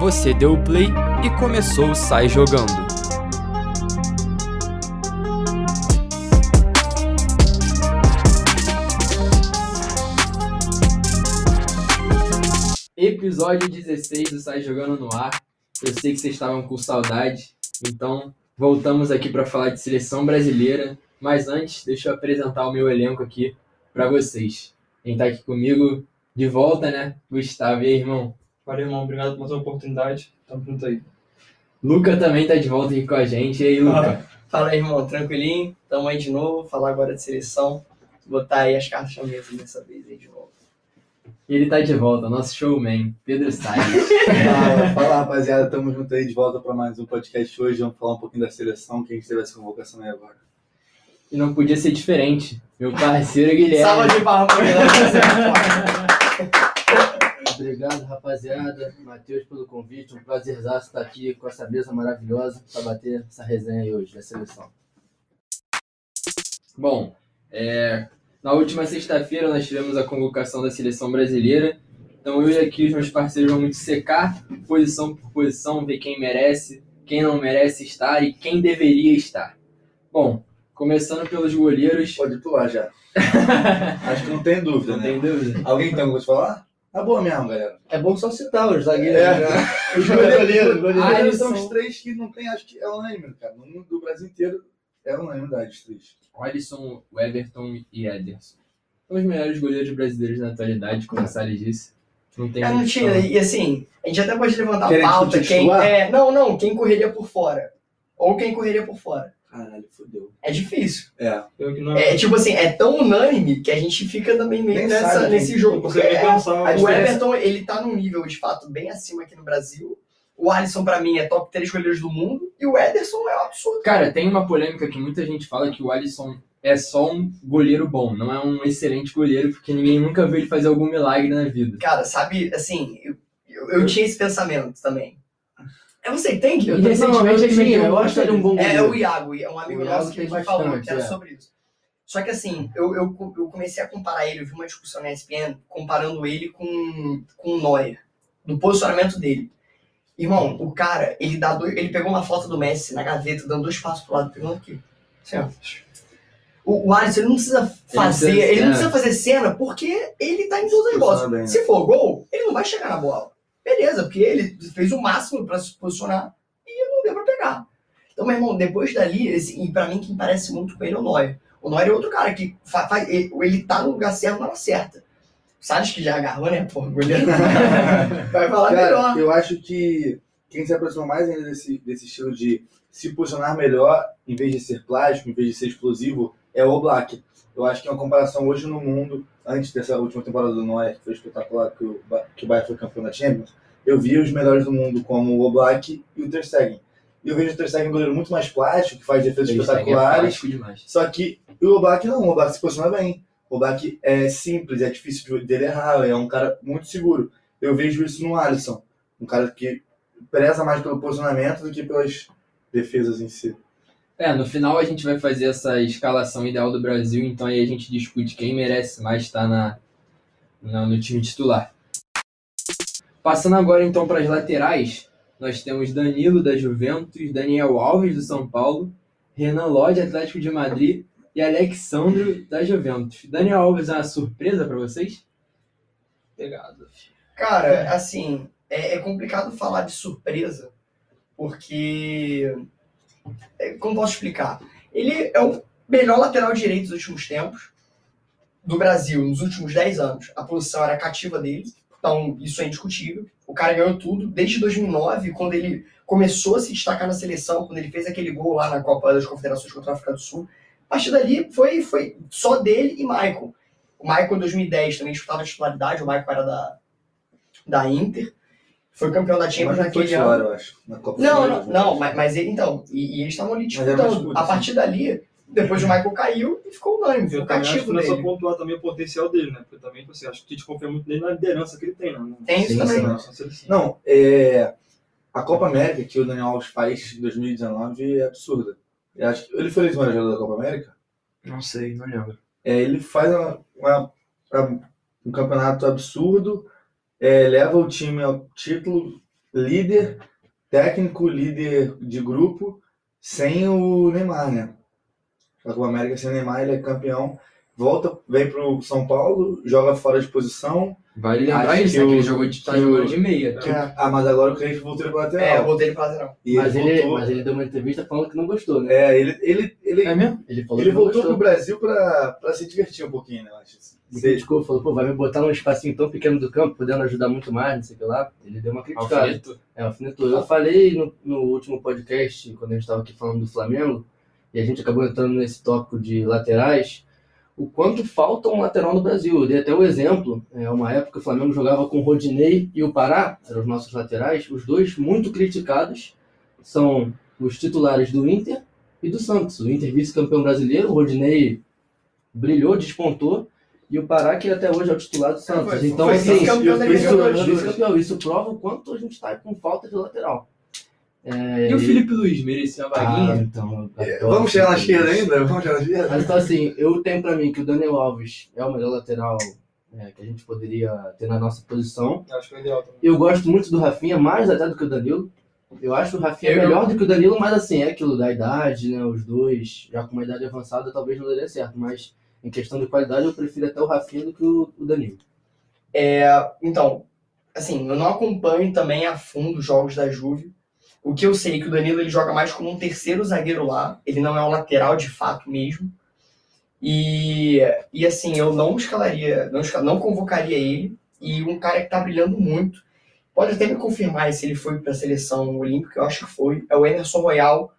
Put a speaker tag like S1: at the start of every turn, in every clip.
S1: Você deu o play e começou o Sai Jogando. Episódio 16 do Sai Jogando no Ar. Eu sei que vocês estavam com saudade, então voltamos aqui para falar de seleção brasileira. Mas antes, deixa eu apresentar o meu elenco aqui para vocês. Quem tá aqui comigo de volta, né? Gustavo, e aí, irmão?
S2: Valeu, irmão. Obrigado pela sua oportunidade. Tamo junto aí.
S1: Luca também tá de volta aqui com a gente. E aí, Luca?
S3: Fala aí, irmão, tranquilinho? Tamo aí de novo, falar agora de seleção, botar aí as cartas na mesa dessa vez aí de volta.
S1: E ele tá de volta, nosso showman, Pedro Salles.
S4: Fala, fala, rapaziada, estamos junto aí de volta para mais um podcast hoje. Vamos falar um pouquinho da seleção, que a gente teve essa convocação aí agora.
S1: e não podia ser diferente. Meu parceiro é Guilherme.
S3: Salva de barra pra galera.
S5: Obrigado, rapaziada. Matheus, pelo convite. Um prazerzaço estar aqui com essa mesa maravilhosa para bater essa resenha aí hoje da seleção.
S1: Bom, é, na última sexta-feira nós tivemos a convocação da seleção brasileira. Então eu e aqui os meus parceiros vamos dissecar posição por posição, ver quem merece, quem não merece estar e quem deveria estar. Bom, começando pelos goleiros.
S4: Pode pular já. Acho que não tem dúvida,
S1: Não
S4: né?
S1: tem dúvida.
S4: Alguém tem alguma coisa pra falar? Tá boa mesmo, galera.
S5: É bom só citar os zagueiros.
S4: É.
S5: né?
S4: Os goleiros,
S1: goleiros.
S4: goleiros são os
S1: Alisson.
S4: três que não tem, acho que é unânime, cara. No mundo do Brasil inteiro é unanimidade, os três.
S1: Alisson, Everton e Ederson. São os melhores goleiros brasileiros na atualidade, como o Salles disse. Não tem
S3: É, não
S1: muito
S3: tinha.
S1: como.
S3: E assim, a gente até pode levantar a
S4: Querem
S3: pauta.
S4: discutir
S3: Quem,
S4: titular?
S3: é, não, não, quem correria por fora. Ou quem correria por fora.
S4: Caralho, fodeu.
S3: É difícil.
S4: É.
S2: Eu que não
S3: É tipo assim, é tão unânime que a gente fica também meio
S4: Nem
S3: É, nessa-
S4: sabe, né?
S3: nesse
S2: não
S3: jogo. Porque
S2: consigo nem
S3: é,
S2: pensar.
S4: a
S3: o
S4: diferença-
S3: Everton, ele tá num nível de fato bem acima aqui no Brasil. O Alisson, pra mim, é top 3 goleiros do mundo. E o Ederson é um absurdo.
S1: Cara, tem uma polêmica que muita gente fala que o Alisson é só um goleiro bom, não é um excelente goleiro, porque ninguém nunca viu ele fazer algum milagre na vida.
S3: Cara, sabe, assim, eu, eu, eu tinha esse pensamento também. É, você tem que.
S1: Eu
S5: E recentemente
S1: Não, eu
S5: ele meteu
S1: tinha,
S5: um
S1: eu acho
S5: gosto de um bom
S3: É, é
S5: goleiro.
S3: o Iago, é um amigo
S5: O Iago
S3: nosso que,
S5: tem
S3: que falou
S5: bastante,
S3: que era
S5: é.
S3: sobre isso. Só que assim, eu, eu, eu comecei a comparar ele, eu vi uma discussão na ESPN comparando ele com, com o Neuer, do posicionamento dele. Irmão, o cara, ele dá dois, ele pegou uma foto do Messi na gaveta, dando dois passos pro lado, pegando aqui. Assim, ó. O, o Alisson, ele não precisa fazer, ele,
S1: precisa-
S3: não
S1: é.
S3: precisa fazer cena porque ele tá em todas as bolas.
S4: Funciona bem, né?
S3: Se for gol, ele não vai chegar na bola. Beleza, porque ele fez o máximo pra se posicionar e não deu pra pegar. Então, meu irmão, depois dali, esse- e pra mim quem parece muito com ele é o Neuer. O Neuer é outro cara que fa- fa- ele, ele tá no lugar certo na hora certa. Sabe que já agarrou, né? Porra, goleiro. Vai falar melhor.
S4: Cara, eu acho que quem se aproxima mais ainda desse, desse estilo de se posicionar melhor, em vez de ser plástico, em vez de ser explosivo, é o Black. Eu acho que é uma comparação hoje no mundo, antes dessa última temporada do Noé, que foi espetacular, que o, Ba- que o Bayern foi campeão da Champions, eu vi os melhores do mundo como o Black e o Ter Stegen. E eu vejo o Ter Stegen um goleiro muito mais plástico, que faz defesas
S1: é
S4: espetaculares,
S1: plástico demais.
S4: só que o Oblak não, o Oblak se posiciona bem. O Oblak é simples, é difícil de- dele errar, é um cara muito seguro. Eu vejo isso no Alisson, um cara que preza mais pelo posicionamento do que pelas defesas em si.
S1: É, no final a gente vai fazer essa escalação ideal do Brasil, então aí a gente discute quem merece mais estar na, na- no time titular. Passando agora então para as laterais, nós temos Danilo da Juventus, Daniel Alves do São Paulo, Renan Lodge, Atlético de Madrid e Alexandro da Juventus. Daniel Alves é uma surpresa para vocês?
S2: Pegado.
S3: Cara, assim, é, é complicado falar de surpresa, porque. é, Como posso explicar? Ele é o melhor lateral direito dos últimos tempos, do Brasil, nos últimos 10 anos. A posição era cativa dele, então isso é indiscutível. O cara ganhou tudo desde 2009, quando ele começou a se destacar na seleção, quando ele fez aquele gol lá na Copa das Confederações contra a África do Sul. A partir dali foi, foi só dele e Michael. O Michael em 2010 também disputava a titularidade, o Michael era da, da Inter. Foi campeão da Champions
S4: Mas não foi
S3: naquele
S4: titular,
S3: ano.
S4: eu acho, na Copa
S3: Não,
S4: do
S3: não,
S4: Mundo.
S3: não, mas, mas ele, então, e, e eles estavam ali
S2: é
S4: era uma
S3: disputando.
S4: disputa,
S3: A
S4: sim.
S3: partir dali, depois o Michael caiu e ficou unânime, ficou
S2: Eu também acho que
S3: cativo
S2: não é só
S3: dele.
S2: pontuar também o potencial dele, né? Porque também,
S6: tipo
S2: assim, acho que a gente confia muito nele na liderança que ele tem, né?
S3: Tem isso
S1: Sim,
S3: também.
S2: Na seleção.
S4: Não, é... a Copa América que o Daniel Alves faz em 2019 é absurda. Eu acho que... Ele foi eleito o melhor jogador da Copa América?
S1: Não sei, não lembro.
S4: É, ele faz uma- uma- uma- um campeonato absurdo, é, leva o time ao título, líder técnico, líder de grupo, sem o Neymar, né? A Copa América sem o Neymar, ele é campeão. Volta, vem pro São Paulo, joga fora de posição.
S2: Vale lembrar
S4: Acho
S2: isso,
S4: que
S2: né? Que
S4: o-
S2: ele jogou de, tá
S4: que o-
S2: jogando de meia.
S4: que- ah, mas agora o Cleiton voltou pra lateral.
S3: É, eu voltei ele pra lateral.
S4: e
S1: mas,
S4: ele
S1: ele,
S4: voltou.
S1: mas ele deu uma entrevista falando que não gostou, né?
S4: É, ele, ele, ele,
S2: É mesmo?
S1: Ele falou
S4: ele
S1: que não
S4: voltou pro
S1: gostou.
S4: Brasil pra, pra se divertir um pouquinho, né? eu Acho.
S1: Ele
S4: Você-
S1: criticou, falou, pô, vai me botar num espacinho tão pequeno do campo, podendo ajudar muito mais, não sei o que lá. Ele deu uma criticada.
S2: Alfineto.
S1: É, alfinetou. Eu falei no, no último podcast, quando a gente estava aqui falando do Flamengo, e a gente acabou entrando nesse tópico de laterais, o quanto falta um lateral no Brasil. Eu dei até o exemplo, é, uma época o Flamengo jogava com o Rodinei e o Pará, eram os nossos laterais, os dois muito criticados, são os titulares do Inter e do Santos. O Inter vice-campeão brasileiro, o Rodinei brilhou, despontou, e o Pará, que até hoje é o titular do Santos.
S6: foi-
S1: então,
S3: foi
S1: assim,
S3: vice-campeão da
S4: eu- eu-
S1: isso,
S3: Libertadores.
S1: vice-campeão, isso prova o quanto a gente tá com falta de lateral. É,
S2: E o Felipe Luiz merecia a
S1: Ah,
S2: vaguinha?
S1: então,
S4: É, Vamos chegar na esquerda ainda? Vamos chegar na esquerda?
S1: Mas então, assim, eu tenho pra mim que o Daniel Alves é o melhor lateral é, que a gente poderia ter na nossa posição.
S6: Acho que é o ideal também.
S1: Eu gosto muito do Rafinha, mais até do que o Danilo. Eu acho o Rafinha
S3: Eu-
S1: melhor do que o Danilo, mas assim, é aquilo da idade, né? Os dois, já com uma idade avançada, talvez não daria certo. Mas em questão de qualidade, eu prefiro até o Rafinha do que o, o Danilo.
S3: Então, assim, eu não acompanho também a fundo os jogos da Juve. O que eu sei é que o Danilo ele joga mais como um terceiro zagueiro lá. Ele não é um lateral de fato mesmo. E, e assim, eu não escalaria, não, esca- não convocaria ele. E um cara que tá brilhando muito. Pode até me confirmar se ele foi pra seleção olímpica, eu acho que foi. É o Emerson Royal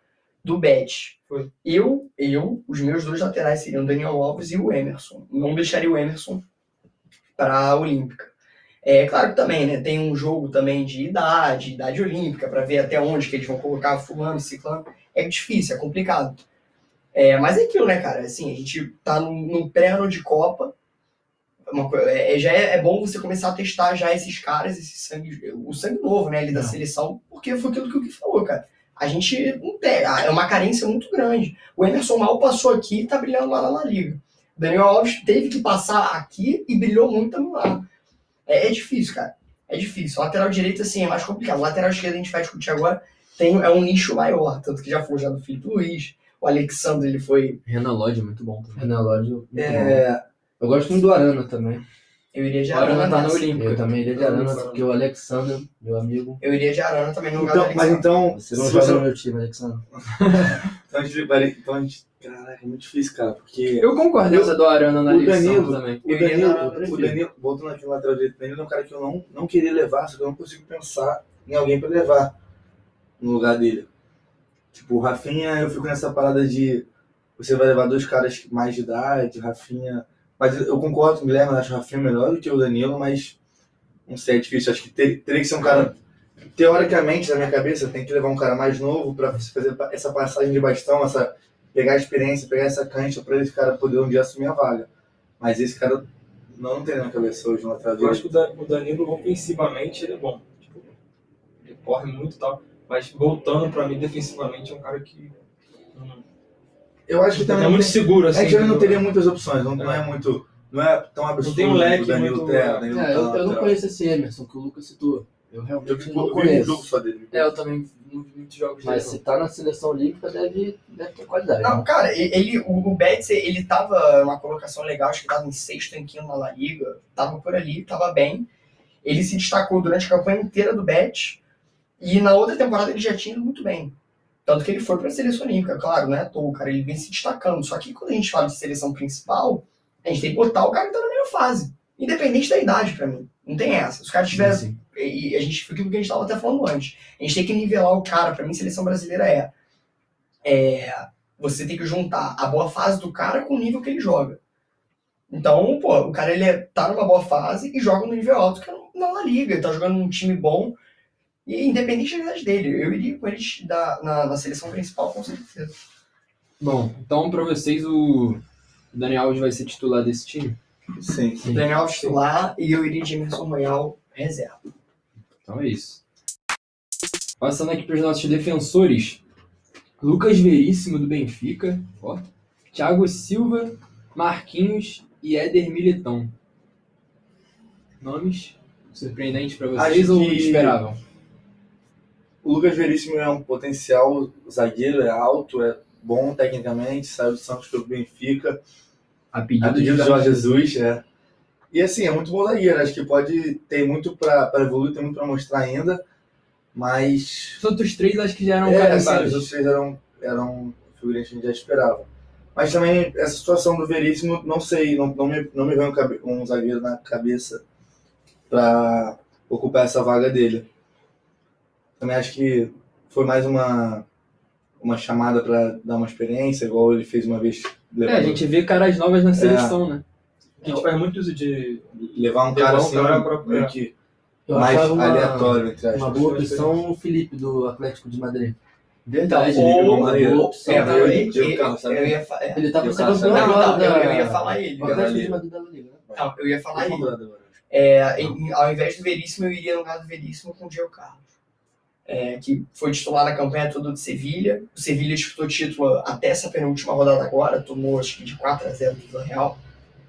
S3: do Bet.
S6: Foi.
S3: Eu, eu, os meus dois laterais seriam o Daniel Alves e o Emerson. Não deixaria o Emerson para a Olímpica. É claro que também, né? Tem um jogo também de idade, idade olímpica, para ver até onde que eles vão colocar fulano, ciclano. É difícil, é complicado. É, mas é aquilo, né, cara? Assim, a gente tá num, num pré-ano de Copa. Uma coi- é, é- já é, é bom você começar a testar já esses caras, esse sangue, o sangue novo, né, ali da
S1: Não.
S3: seleção, porque foi aquilo que o Gui falou, cara. A gente não tem, ah, é uma carência muito grande. O Emerson mal passou aqui e tá brilhando lá na La Liga. O Daniel Alves teve que passar aqui e brilhou muito também lá. É, é difícil, cara. É difícil. Lateral direito, assim, é mais complicado. Lateral esquerda, a gente vai discutir agora, tem, é um nicho maior. Tanto que já foi já do Felipe Luiz. O Alexandre, ele foi...
S2: Renan Lodge é muito bom também.
S1: Renan Lodge, eu-
S4: É,
S1: eu gosto muito do Arana também.
S3: Eu iria de
S2: Agora
S3: Arana.
S2: Renan tá na
S3: nessa.
S1: Eu
S2: Olímpica.
S1: também iria de
S6: Eu não
S1: Arana,
S6: sei.
S1: porque o Alexander, meu amigo.
S3: Eu iria de Arana também no lugar
S4: então,
S3: do
S4: mas
S3: Alexandre.
S4: então,
S1: Você não
S4: se
S1: joga
S4: você-
S1: no meu time, Alexander.
S4: então a gente, vai- então a gente- Caraca, é muito difícil, cara, porque
S2: Eu concordo nessa do Arana na
S4: o
S2: Alexandre
S4: Danilo-
S2: também.
S4: O
S3: Eu iria
S4: Danilo,
S3: na-
S4: o Danilo, voltando aqui no lateral direito, o Danilo é um cara que eu não, não queria levar, só que eu não consigo pensar em alguém pra levar no lugar dele. Tipo, o Rafinha, eu fico nessa parada de você vai levar dois caras mais de idade, Rafinha. Mas eu concordo com o Guilherme, eu acho o Rafinha melhor do que o Danilo, mas não sei, é difícil. Acho que ter- teria que ser um cara. Teoricamente, na minha cabeça, tem que levar um cara mais novo pra você fazer pa- essa passagem de bastão, essa, pegar a experiência, pegar essa cancha pra esse cara poder um dia assumir a vaga. Mas esse cara não, não tem na minha cabeça hoje no lateral
S6: Eu acho
S4: direito.
S6: que o Da- o Danilo ofensivamente ele é bom. Tipo, ele corre muito e tal. Mas voltando pra mim, defensivamente é um cara que. hum,
S4: Eu acho que também
S6: é
S4: não
S6: muito
S4: tem,
S6: seguro,
S4: é
S6: assim.
S4: que também não
S6: entendeu?
S4: teria muitas opções, não, não é muito. Não é tão absurdo.
S6: tem um leque
S4: o Danilo
S6: muito-
S4: ter, o Danilo
S1: É,
S4: ter
S1: eu, eu não
S4: lateral.
S1: conheço esse Emerson que o Lucas citou. Eu
S4: Eu
S1: realmente
S4: vi,
S1: não
S4: eu vi um jogo
S1: conheço.
S4: só dele.
S2: É, eu também não vi muitos jogos
S1: Mas
S2: dele.
S1: se tá na seleção olímpica, deve, deve ter qualidade. né?
S3: Não, cara, e- ele, o, o Betis, ele tava numa colocação legal, acho que tava em sexto, em quinto na La Liga, tava por ali, tava bem. Ele se destacou durante a campanha inteira do Betis, e na outra temporada ele já tinha ido muito bem. Tanto que ele foi pra seleção olímpica, claro, não é à toa, cara, ele vem se destacando. Só que quando a gente fala de seleção principal, a gente tem que botar o cara que tá na melhor fase. Independente da idade, pra mim. Não tem essa. Se os caras tiveram
S1: Sim, sim.
S3: e a gente foi aquilo que a gente estava até falando antes. A gente tem que nivelar o cara. Pra mim, seleção brasileira é, é, você tem que juntar a boa fase do cara com o nível que ele joga. Então, pô, o cara ele é- tá numa boa fase e joga no nível alto que é na La Liga, ele tá jogando num time bom. E independente da idade dele, eu iria com ele da- na, na seleção principal, com certeza.
S2: Bom, então pra vocês o Daniel Alves vai ser titular desse time?
S4: Sim.
S1: Sim.
S3: Daniel Alves titular e eu iria de Emerson Royal reserva.
S2: Então é isso. Passando aqui pros nossos defensores. Lucas Veríssimo do Benfica, ó. Thiago Silva, Marquinhos e Éder Militão. Nomes surpreendentes pra vocês
S4: Acho
S2: ou
S4: que-
S2: esperavam?
S4: O Lucas Veríssimo é um potencial zagueiro, é alto, é bom tecnicamente, saiu do Santos pelo Benfica,
S1: A
S4: a
S1: pedido
S4: pedido de
S1: de
S4: Jorge Jesus, é. E assim, é muito bom zagueiro, acho que pode ter muito para evoluir, tem muito para mostrar ainda, mas
S2: Os outros três acho que já eram
S4: é, sabe, os
S2: caducados.
S4: outros três eram, eram figurinhas que a gente já esperava. Mas também essa situação do Veríssimo, não sei, não, não, me, não me vem um, cabe- um zagueiro na cabeça para ocupar essa vaga dele. Também acho que foi mais uma, uma chamada para dar uma experiência, igual ele fez uma vez
S2: É, a
S4: levar,
S2: gente vê caras novas na seleção, né?
S6: A gente faz muito uso de.
S4: levar um cara
S6: levar um
S4: assim,
S6: cara pra-
S4: meio
S6: é.
S4: que
S1: Eu
S4: mais
S1: achava uma-
S4: aleatório, entre aspas.
S1: Uma boa opção o Felipe do Atlético de Madrid. Então,
S4: Verdade,
S3: Ou-
S4: ele é uma
S1: Uma
S4: maneira.
S1: boa opção.
S3: É,
S4: Sim,
S3: eu,
S4: eu-
S3: eu,
S4: eu- eu-
S3: eu ia falar.
S1: Ele tá pra
S4: Eu
S1: ser
S4: faço-
S1: campeão
S4: Não,
S1: agora
S3: Não, eu,
S1: da...
S3: eu ia falar ele.
S1: O Atlético de Madrid da La Liga, né?
S3: Não, eu ia falar ele.
S4: Vamos lá,
S3: É, em- ao invés do Veríssimo, eu iria no lugar do Veríssimo com o Diego Carlos, é, que foi titular na campanha toda do Sevilha. O Sevilha disputou título até essa penúltima rodada agora, tomou acho que de 4 a 0 do Villarreal.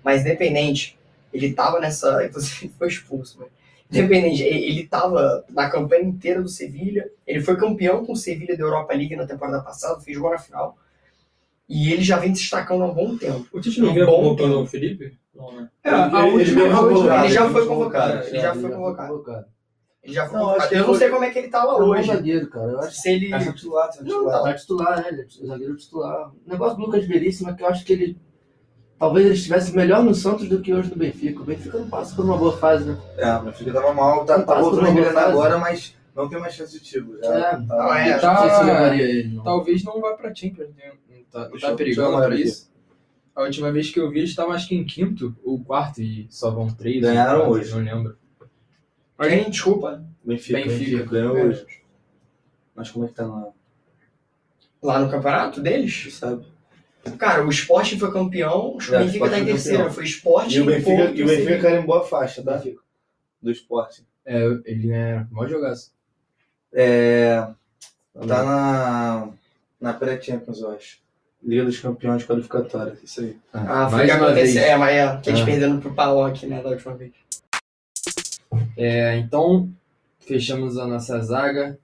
S3: Mas independente, ele estava nessa. Inclusive foi expulso, mas. Independente, e- ele estava na campanha inteira do Sevilha. Ele foi campeão com o Sevilha da Europa League na temporada passada, fez gol na final. E ele já vem se destacando há um bom tempo.
S6: O Tite não
S3: Um
S6: vinha
S3: bom
S6: convocando
S3: tempo.
S6: o Felipe? Não, né?
S2: É,
S4: Ele-
S2: a
S4: ele
S2: última-
S4: veio
S2: a última-
S4: convocado,
S3: ele já
S4: ele
S3: foi
S4: foi
S3: convocado.
S6: convocado,
S3: Ele
S1: É,
S3: já foi convocado. Ele já foi
S4: Não, acho
S3: convocado.
S4: que
S3: Eu não
S4: foi-
S3: sei como é que ele tá lá
S1: É um bom
S3: hoje.
S1: zagueiro, cara. Eu acho
S3: Se ele.
S4: Tá titular, tá
S1: Não,
S4: titular.
S1: tá titular, né? Ele é zagueiro titular. O negócio do Lucas Veríssimo é que eu acho que ele. Talvez ele estivesse melhor no Santos do que hoje no Benfica. O Benfica não passa por uma boa fase, né?
S4: É, meu filho tava mal, tá,
S1: Não
S4: tá
S1: passa
S4: voltando
S1: por
S4: a
S1: uma
S4: engrenar
S1: fase.
S4: agora, mas não tem mais chance de título. Já,
S1: É.
S4: tá-
S3: Ah, é.
S1: Eu não sei se
S2: Tá-
S1: levaria ele. Não.
S2: Talvez não vá pra Champions, né? Não tá, não
S4: Deixa
S2: tá
S4: eu-
S2: perigando
S4: deixa eu olhar
S2: pra
S4: aqui.
S2: isso. A última vez que eu vi, eles estavam acho que em quinto ou quarto e só vão três. ou
S4: Ganharam
S2: quatro,
S4: hoje.
S2: Não lembro. Mas
S3: Quem? Desculpa.
S4: Benfica,
S2: Benfica.
S4: Benfica, ganhou
S2: É.
S4: hoje. Mas como é que tá lá?
S3: Lá no campeonato deles?
S4: Tu sabe?
S3: Cara, o Sport foi campeão, o
S4: É, o
S3: Benfica
S4: Sport
S3: tá em
S4: foi
S3: terceiro.
S4: campeão.
S3: Foi Sport
S4: E o Benfica,
S3: Porto,
S4: e o
S1: assim.
S4: Benfica
S3: Sevilha.
S4: carimbou a faixa, tá? Do esporte.
S2: é, ele é mó jogaço.
S4: É, tá na, na pré-Champions, eu acho. Liga dos Campeões qualificatória, isso aí.
S3: Ah, foi o que
S2: Mais uma
S3: aconteceu.
S2: vez.
S3: É, mas é, que eles
S2: Ah.
S3: perderam pro Paok, né, da última vez.
S2: É, então, fechamos a nossa zaga.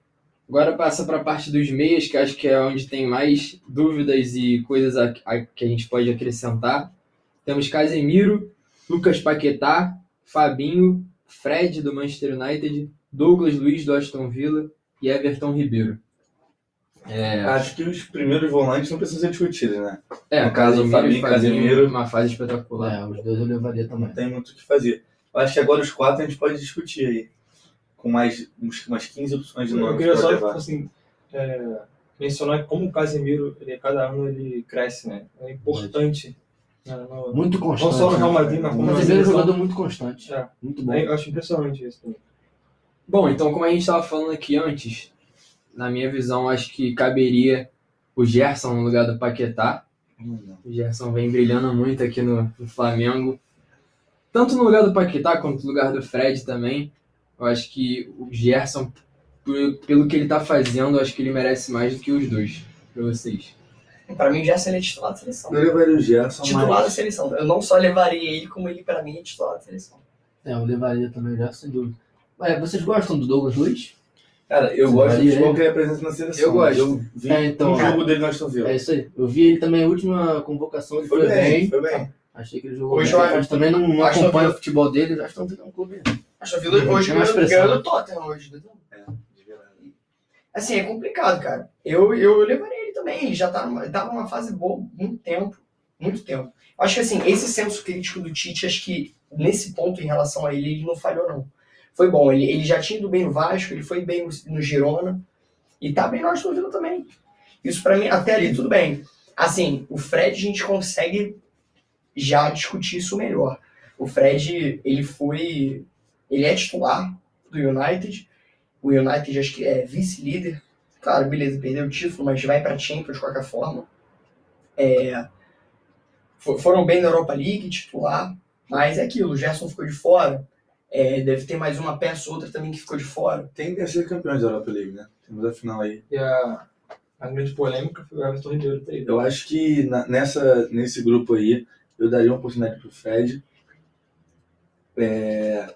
S2: Agora passa para a parte dos meias, que acho que é onde tem mais dúvidas e coisas a- a- que a gente pode acrescentar. Temos Casemiro, Lucas Paquetá, Fabinho, Fred do Manchester United, Douglas Luiz do Aston Villa e Everton Ribeiro. É,
S4: Acho que os primeiros volantes não precisam ser discutidos, né?
S2: é,
S4: no caso, Fabinho e Casemiro.
S2: uma fase espetacular.
S1: É, os dois eu levaria também.
S4: Não tem muito o que fazer. Eu acho que agora os quatro a gente pode discutir aí. Com mais uns- umas 15 opções de
S6: Eu
S4: nomes
S6: queria
S4: pra
S6: só
S4: levar.
S6: assim, é, mencionar como o Casemiro, ele, cada ano ele cresce, né? É importante. né, no-
S1: Muito
S6: não só no
S1: constante.
S6: Real Madrid, mas
S1: O
S6: como na
S1: brasileiro é um
S6: seleção.
S1: jogador muito constante.
S6: É,
S1: Muito bom.
S6: eu acho impressionante isso. né? também.
S2: Bom, então como a gente estava falando aqui antes, na minha visão, acho que caberia o Gerson no lugar do Paquetá.
S6: Hum.
S2: O Gerson vem brilhando muito aqui no, no Flamengo. Tanto no lugar do Paquetá quanto no lugar do Fred também. Eu acho que o Gerson, p- pelo que ele tá fazendo, eu acho que ele merece mais do que os dois, pra vocês.
S3: Pra mim, já ele é titular da seleção.
S4: Eu levaria o Gerson,
S3: Titular da
S4: mas...
S3: seleção. Eu não só levaria ele, como ele pra mim é titular da seleção.
S1: É, eu levaria também já, sem dúvida. Mas vocês gostam do Douglas Luiz?
S4: Cara, eu
S1: Você
S4: gosto de
S1: levaria
S4: futebol
S1: ele?
S4: que ele apresenta na seleção.
S2: Eu
S4: mas
S2: gosto.
S4: vi
S1: É, então,
S4: um
S1: cara.
S4: jogo dele no Aston Villa.
S1: É isso aí. Eu vi ele também, a última convocação, ele foi,
S4: Foi
S1: bem.
S4: bem, foi bem.
S1: Achei que ele jogou
S3: Hoje
S1: bem,
S3: eu-
S1: mas também não, não
S3: Aston
S1: acompanha o futebol dele. Já estão um clube.
S3: Acho que a
S1: Tem
S3: Vila hoje
S1: mais
S3: ganhou-
S1: pressão,
S3: ganhou
S1: né?
S3: do Tottenham hoje. dois a um. Assim, é complicado, cara. Eu, eu levaria ele também. Ele já tá numa, tava numa fase boa muito tempo. Muito tempo. Acho que assim, esse senso crítico do Tite, acho que nesse ponto em relação a ele, ele não falhou, não. Foi bom. Ele, ele já tinha ido bem no Vasco, ele foi bem no, no Girona. E tá bem no Aston Villa também. Isso pra mim, até ali tudo bem. Assim, o Fred a gente consegue já discutir isso melhor. O Fred, ele foi. Ele é titular do United. O United acho que é vice-líder. Claro, beleza, perdeu o título, mas vai pra Champions de qualquer forma. É, fo- foram bem na Europa League, titular. Mas é aquilo, o Gerson ficou de fora. É, deve ter mais uma peça ou outra também que ficou de fora.
S4: Tem que ser campeões da Europa League, né? Temos a final aí.
S6: E a, a grande polêmica foi o Everton Ribeiro ter ido.
S4: Eu acho que na- nessa, nesse grupo aí, eu daria uma oportunidade pro Fred. É,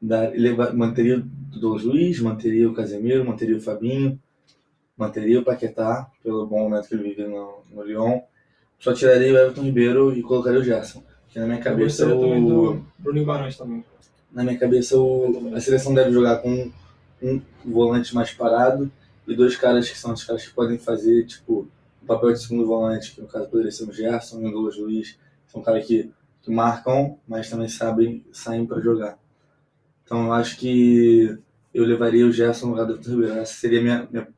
S4: dar- leva- manteria o Douglas Luiz, manteria o Casemiro, manteria o Fabinho, manteria o Paquetá, pelo bom momento que ele vive no, no Lyon. Só tiraria o Everton Ribeiro e colocaria o Gerson. Porque na minha
S6: Eu
S4: cabeça,
S6: gostaria também
S4: o,
S6: do Bruno Guimarães também.
S4: na minha cabeça o, a seleção deve jogar com um volante mais parado e dois caras que são os caras que podem fazer, tipo, o papel de segundo volante, que no caso poderia ser o Gerson e o Douglas Luiz. São caras que, que marcam, mas também sabem, saem para jogar. Então eu acho que eu levaria o Gerson no lugar do Everton Ribeiro. Essa seria a minha, minha,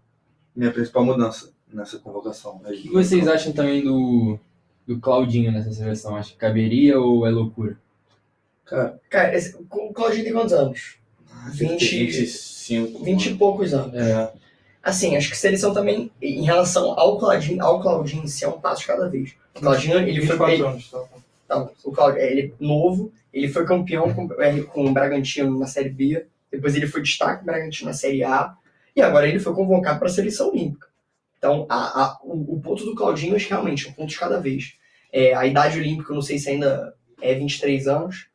S4: minha principal mudança nessa convocação. Então,
S2: O que vocês acham também do, do Claudinho nessa seleção? Acho que caberia ou é loucura?
S4: Cara,
S3: Cara, esse- o Claudinho tem quantos anos? 20
S4: 25.
S3: 20 e poucos anos.
S4: É,
S3: Assim, acho que seleção também, em relação ao Claudinho, ao Claudinho em si, é um passo de cada vez. O Claudinho, ele foi...
S6: 24
S3: ele-
S6: anos, tá?
S3: Não, o Claudio, é, ele é novo, ele foi campeão com, é, com o Bragantino na Série B, depois ele foi destaque do Bragantino na Série A, e agora ele foi convocado para a seleção olímpica. Então, a- a- o, o ponto do Claudinho é que realmente é um ponto de cada vez. É, a idade olímpica, eu não sei se ainda é 23 anos,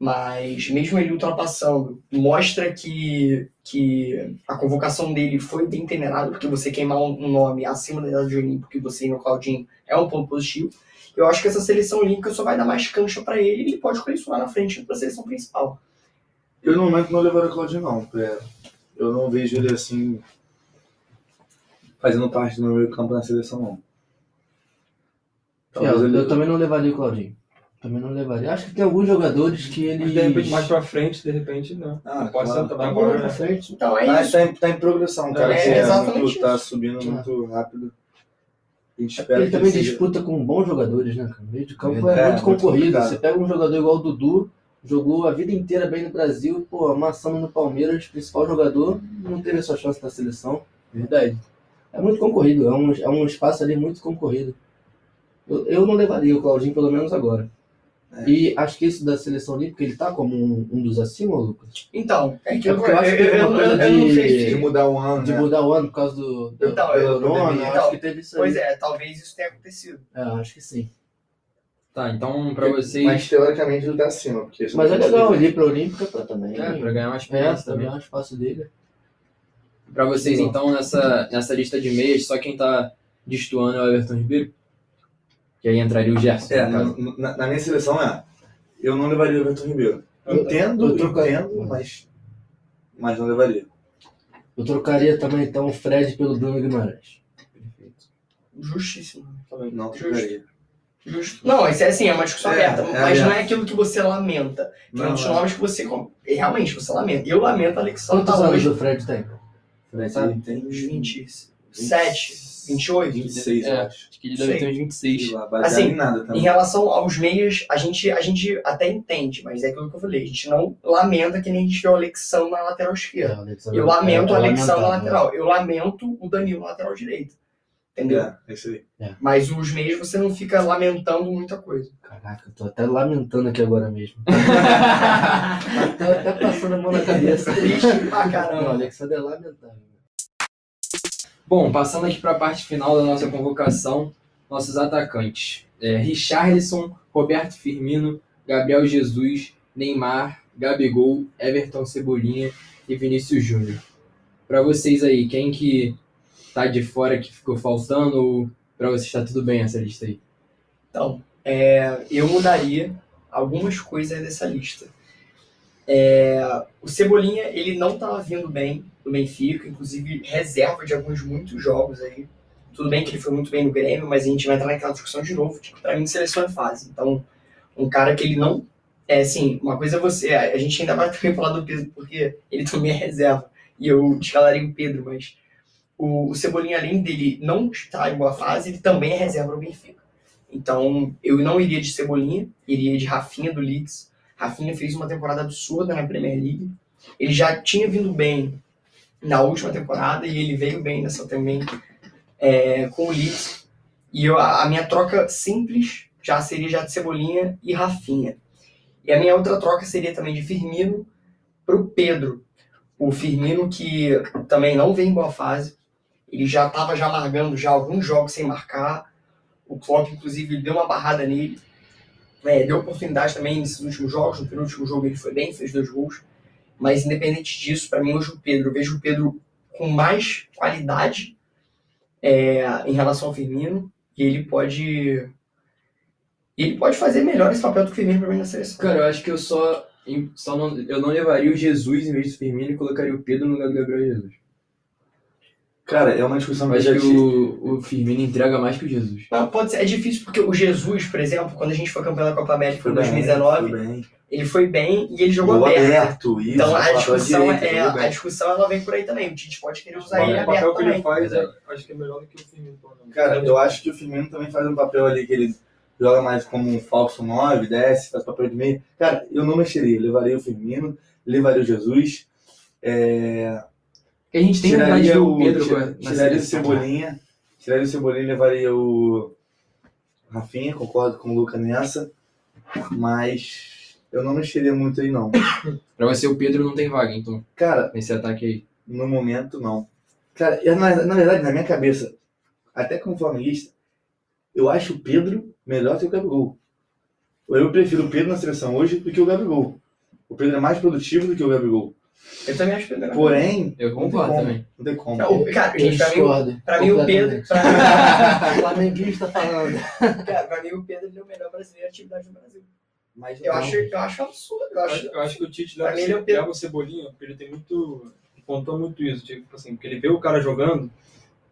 S3: mas mesmo ele ultrapassando, mostra que, que a convocação dele foi bem temperada, porque você queimar um um nome acima da idade olímpica e você ir no Claudinho é um ponto positivo. Eu acho que essa seleção olímpica só vai dar mais cancha pra ele e ele pode colecionar na frente pra seleção principal.
S4: Eu no momento não levaria o Claudinho, não. É, Eu não vejo ele assim fazendo parte do meu meio campo na seleção, não.
S1: É,
S4: Talvez
S1: eu,
S4: ele-
S1: eu também não levaria o Claudinho. Também não levaria. Acho que tem alguns jogadores que
S6: Mas de repente, mais
S1: ele.
S6: pra frente, de repente, não.
S4: Ah,
S6: não
S4: claro.
S6: pode ser também
S1: Tá bom,
S6: agora,
S1: pra
S6: né?
S1: frente.
S3: Então é
S4: tá,
S3: isso.
S4: tá em, tá em progressão, cara.
S3: É,
S4: que
S3: exatamente
S4: muito- tá
S3: isso.
S4: subindo
S1: É.
S4: muito rápido. A gente espera
S1: Tipo, Ele
S4: que
S1: também
S4: seja-
S1: disputa com bons jogadores, né, cara? O meio de campo é,
S4: Verdade, é,
S1: muito
S4: muito
S1: concorrido.
S4: complicado.
S1: Você pega um jogador igual o Dudu, jogou a vida inteira bem no Brasil, pô, amassando no Palmeiras, principal jogador, não teve a sua chance na seleção.
S2: Verdade.
S1: É muito concorrido, é um, é um espaço ali muito concorrido. Eu, eu não levaria o Claudinho, pelo menos agora.
S4: É.
S1: E acho que isso da seleção olímpica, ele tá como um, um dos acima, Lucas?
S3: Então, é que
S1: É
S3: eu,
S1: porque eu acho que
S3: eu-
S1: teve
S3: eu-
S1: uma
S3: eu-
S1: coisa
S3: eu não
S1: de-
S4: É, De
S3: sei se.
S4: mudar o ano,
S1: De
S4: né?
S1: mudar o ano por causa do, do
S3: Então,
S1: pela
S3: eu-
S1: corona,
S3: então,
S1: acho que teve isso aí.
S3: Pois é, talvez isso tenha acontecido.
S1: É, acho que sim.
S2: Tá, então pra vocês.
S4: Mas teoricamente ele tá acima. Porque
S1: Mas é legal ele ir pra Olímpica pra também.
S2: É, pra ganhar mais
S1: É,
S4: tá
S2: experiência
S1: também
S2: também.
S1: é um espaço dele.
S2: Pra vocês,
S1: Legal.
S2: então, nessa, nessa lista de meias, só quem tá destoando é o Everton Ribeiro. Que aí entraria o Gerson. né?
S4: É,
S1: né?
S2: no
S4: na,
S2: caso.
S4: na- na minha seleção é. Eu não levaria o Everton Ribeiro.
S1: Eu-
S4: Entendo,
S1: eu troco-
S4: entendo, mas. Mas não levaria.
S1: Eu trocaria também, então, o Fred pelo Bruno Guimarães.
S3: Justíssimo.
S6: Também.
S4: Não
S3: Justo. um
S4: trocaria.
S3: Justo. Não, isso é assim, é uma discussão
S4: É,
S3: aberta. é.
S4: é
S3: mas não
S4: aberto.
S3: é aquilo que você lamenta. Tem
S4: Não,
S3: outros
S4: não.
S3: nomes que você. com- e Realmente, você lamenta. Eu lamento Alexandre
S1: Quantos anos
S3: Tavares.
S1: o Fred tem?
S4: Fred
S1: Sabe?
S4: tem
S3: Uns 27, 28.
S4: 26,
S2: É.
S4: eu acho.
S2: Acho que ele
S3: Sei.
S2: deve ter uns
S4: Sei
S2: 26.
S4: lá, baseado
S3: Assim,
S4: em nada
S3: Em
S4: também.
S3: relação aos meias, a gente, a gente até entende, mas é aquilo que eu falei. A gente não lamenta que nem a gente vê o Alexão na lateral esquerda. Eu
S1: é,
S3: lamento o
S1: né?
S3: Alexandre na lateral. Eu lamento o Danilo na lateral direito. Entendeu?
S4: É, é isso aí.
S3: Mas os meios você não fica lamentando muita coisa.
S1: Caraca, eu tô até lamentando aqui agora mesmo. tô até passando a mão na cabeça.
S3: Triste pra
S1: Não, o
S3: caramba.
S1: Alexandre é lamentável.
S2: Bom, passando aqui para a parte final da nossa convocação, nossos atacantes. É, Richarlison, Roberto Firmino, Gabriel Jesus, Neymar, Gabigol, Everton Cebolinha e Vinícius Júnior. Para vocês aí, quem que tá de fora que ficou faltando ou para vocês tá tudo bem essa lista aí?
S3: Então, é, eu mudaria algumas coisas dessa lista. É, o Cebolinha, ele não estava vindo bem no Benfica, inclusive reserva de alguns muitos jogos aí. Tudo bem que ele foi muito bem no Grêmio, mas a gente vai entrar naquela discussão de novo. Tipo, pra mim, seleção é fase. Então, um cara que ele não. É assim, uma coisa é você. A a gente ainda vai também falar do Pedro, porque ele também é reserva. E eu escalarei o Pedro, mas. O, o Cebolinha, além dele não estar em boa fase, ele também é reserva no Benfica. Então, eu não iria de Cebolinha, iria de Rafinha do Leeds. Rafinha fez uma temporada absurda na Premier League. Ele já tinha vindo bem na última temporada e ele veio bem nessa também é, com o Leeds. E eu- a, a minha troca simples já seria já de Cebolinha e Rafinha. E a minha outra troca seria também de Firmino pro Pedro. O Firmino que também não vem em boa fase. Ele já estava já largando já alguns jogos sem marcar. O Klopp, inclusive, deu uma barrada nele. É, deu oportunidade também nesses últimos jogos. No penúltimo jogo ele foi bem, fez dois gols. Mas independente disso, para mim hoje o Pedro, eu vejo o Pedro com mais qualidade é, em relação ao Firmino e ele pode ele pode fazer melhor esse papel do que o Firmino para mim na seleção.
S2: Cara, eu acho que eu só, em- só não, eu não levaria o Jesus em vez do Firmino e colocaria o Pedro no lugar do Gabriel Jesus.
S4: Cara, é uma discussão
S2: Eu
S4: que eu
S2: acho
S4: já
S2: que
S4: tive.
S2: o, o Firmino entrega mais que o Jesus.
S3: Não, pode ser, é difícil porque o Jesus, por exemplo, quando a gente foi campeão da Copa América
S4: Foi
S3: em
S4: bem,
S3: 2019,
S4: foi bem.
S3: ele foi bem e ele jogou
S4: Jogou
S3: aberto.
S4: aberto, isso.
S3: Então a
S4: lateral
S3: discussão,
S4: direito,
S3: é,
S4: jogou bem.
S3: a discussão ela vem por aí também. O Tite pode querer usar ele
S6: O papel
S3: aberto
S6: que ele
S3: também.
S6: faz, é, acho que é melhor do que o Firmino. pelo menos.
S4: Cara, eu acho que o Firmino também faz um papel ali que ele joga mais como um falso 9, desce, faz papel de meio. Cara, eu não mexeria. Eu levaria o Firmino, levaria o Jesus. É...
S2: Porque a gente tem vontade de ver
S4: tiraria
S2: o
S4: o,
S2: Pedro
S4: tira-
S2: na
S4: tiraria o
S2: seleção. né?
S4: Cebolinha. Tiraria o Cebolinha e levaria o Rafinha. Concordo com o Luca nessa. Mas eu não mexeria muito aí, não.
S2: Pra você, o Pedro não tem vaga, então,
S4: Cara,
S2: nesse ataque aí.
S4: No momento, não. Cara, eu, na, na verdade, na minha cabeça, até como flamenguista, eu acho o Pedro melhor que o Gabigol. Eu prefiro o Pedro na seleção hoje do que o Gabigol. O Pedro é mais produtivo do que o Gabigol.
S3: Eu também acho que ele é melhor.
S4: Porém,
S2: Eu
S4: não tem
S2: concordo
S4: como,
S2: também.
S4: Não tem como.
S3: Não, É, o- Cara,
S1: Quem
S3: gente, pra mim,
S1: discorda?
S3: pra mim o Pedro. Pra,
S1: completamente. Flamenguista falando.
S3: cara, pra mim o Pedro ele é o melhor brasileiro em atividade do Brasil.
S4: Mas
S3: Eu
S4: não.
S3: acho, eu acho absurdo. Eu
S6: Eu acho,
S3: acho,
S6: eu acho que o Tite
S3: Pra
S6: leva,
S3: mim, ele é o Pedro.
S6: leva o Cebolinha, porque ele tem muito. Contou muito isso, tipo assim, porque ele vê o cara jogando,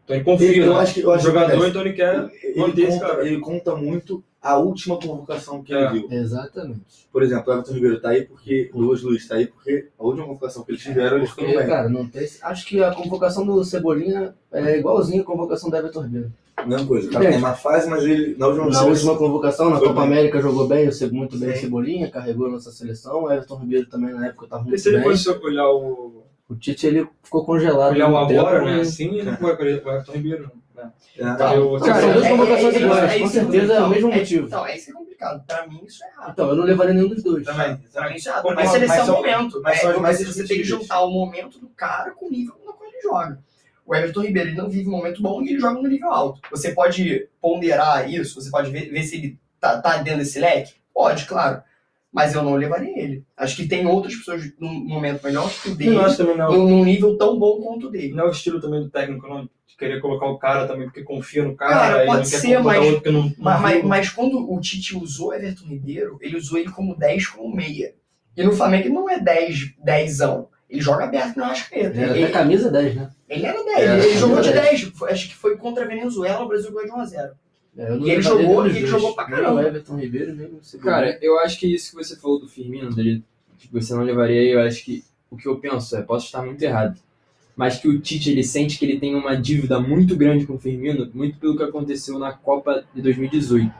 S6: então ele confia
S4: Eu
S6: no
S4: acho que- eu acho que
S6: jogador,
S4: acontece.
S6: então ele quer.
S4: ele,
S6: Mantém esse
S4: conta,
S6: cara.
S4: ele conta muito a última convocação que ele
S6: É.
S4: viu.
S1: Exatamente.
S4: Por exemplo, o Everton Ribeiro tá aí porque. O Luiz Luiz tá aí porque a última convocação que eles tiveram, eles foram
S1: Porque,
S4: bem.
S1: cara, não tem. Acho que a convocação do Cebolinha é igualzinha a convocação da Everton Ribeiro.
S4: Mesma coisa. O cara tem uma fase, mas ele. Na última,
S1: Na última convocação, na
S4: Foi
S1: Copa
S4: bem.
S1: América, jogou bem, eu sei muito bem o
S4: Sim.
S1: Cebolinha, carregou a nossa seleção. O Everton Ribeiro também na época estava
S6: Porque
S1: muito
S6: se ele
S1: bem.
S6: fosse olhar o.
S1: O Tite ele ficou congelado.
S6: olhar o
S3: Tá
S1: no tempo,
S6: agora, né?
S1: mas-
S6: Assim, ele não vai querer o Everton Ribeiro. Né?
S4: É.
S3: Tá.
S6: Eu-
S1: Cara, são duas
S3: é-
S1: convocações
S3: é- é-
S1: iguais,
S3: é
S1: com
S3: isso,
S1: certeza é o
S3: então,
S1: mesmo motivo.
S3: Então, é isso que é complicado. Pra mim isso é errado.
S1: Então, eu não levaria nenhum dos dois.
S6: Também,
S3: Pra mim
S6: também.
S3: isso é errado.
S6: Mas
S3: Mas
S6: são-
S3: seleção é
S4: Tá mas
S3: o
S4: são-
S3: momento.
S4: mas são
S3: É,
S4: as mais
S3: você, você tem que
S4: discutíveis.
S3: juntar o momento do cara com o nível no qual ele joga. O Everton Ribeiro ele não vive um momento bom e ele joga no nível alto. Você pode ponderar isso, você pode ver, ver se ele tá, tá dentro desse leque? Pode, claro. Mas eu não levaria ele. Acho que tem outras pessoas num momento melhor que o
S6: Eu
S3: dele,
S6: não acho é também não.
S3: num num nível tão bom quanto o dele.
S6: Não é o estilo também do técnico, não. De querer colocar o cara também porque confia no cara.
S3: Cara,
S6: e não
S3: pode
S6: quer
S3: ser,
S6: botar
S3: mas-
S6: outro que não, não
S3: Mas, mas,
S6: viu.
S3: mas quando o Tite usou Everton Ribeiro, ele usou ele como 10, como meia. E no Flamengo ele não é 10, 10. Ele joga aberto na Arrascaeta.
S6: é
S1: Era até
S3: Ele,
S1: camisa 10, né?
S3: ele era 10,
S2: Era,
S3: ele jogou de
S1: era
S3: 10. Foi- Acho que foi contra a Venezuela, o Brasil ganhou de 1x0.
S1: É, eu não
S3: E
S1: levaria
S3: ele jogou-
S1: nenhum dos
S3: ele
S1: dois.
S3: jogou pra caramba.
S1: Nem o Everton Ribeiro, nem o Cebolinha.
S2: Cara, eu acho que isso que você falou do Firmino, dele, que você não levaria, eu acho que o que eu penso é, posso estar muito errado, mas que o Tite ele sente que ele tem uma dívida muito grande com o Firmino, muito pelo que aconteceu na Copa de 2018.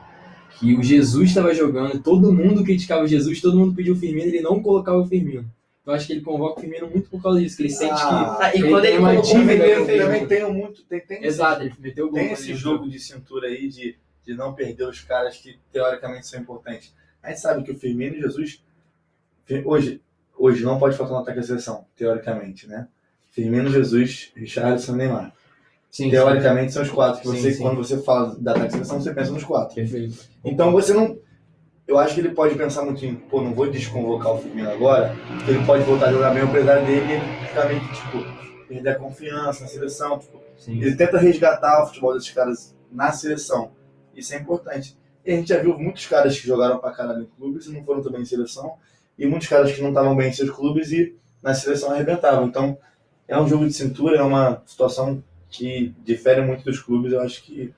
S2: Que o Jesus estava jogando, todo mundo criticava o Jesus, todo mundo pediu o Firmino, ele não colocava o Firmino. Então acho que ele convoca o Firmino muito por causa disso, que ele sente
S4: Ah.
S3: Ah, e
S2: Ele
S3: quando
S2: tem
S3: ele
S2: uma
S3: colocou o
S2: dívida
S3: primeiro,
S2: com o
S3: fez-
S2: Flamengo.
S4: Também tenho muito. Tem, tem
S2: que. Exato, ele meteu o gol.
S4: tem
S2: né?
S4: esse jogo de cintura aí de, de não perder os caras que teoricamente são importantes. A gente sabe que o Firmino e Jesus Fi- hoje, hoje não pode faltar no ataque da seleção, teoricamente, né? Firmino, Jesus, Richardson, Neymar.
S2: Sim, sim.
S4: teoricamente são os quatro que
S2: Sim,
S4: você
S2: sim.
S4: quando você fala da ataque da seleção, você pensa nos quatro.
S2: Perfeito.
S4: Então você não eu acho que ele pode pensar muito em, pô, não vou desconvocar o Firmino agora, porque ele pode voltar a jogar bem, apesar dele ele ficar meio que, tipo, perder a confiança na seleção, tipo,
S2: Sim.
S4: ele tenta resgatar o futebol desses caras na seleção. Isso é importante. E a gente já viu muitos caras que jogaram pra caralho em clubes e não foram também em seleção. E muitos caras que não estavam bem em seus clubes e na seleção arrebentavam. Então, é um jogo de cintura, é uma situação que difere muito dos clubes. Eu acho que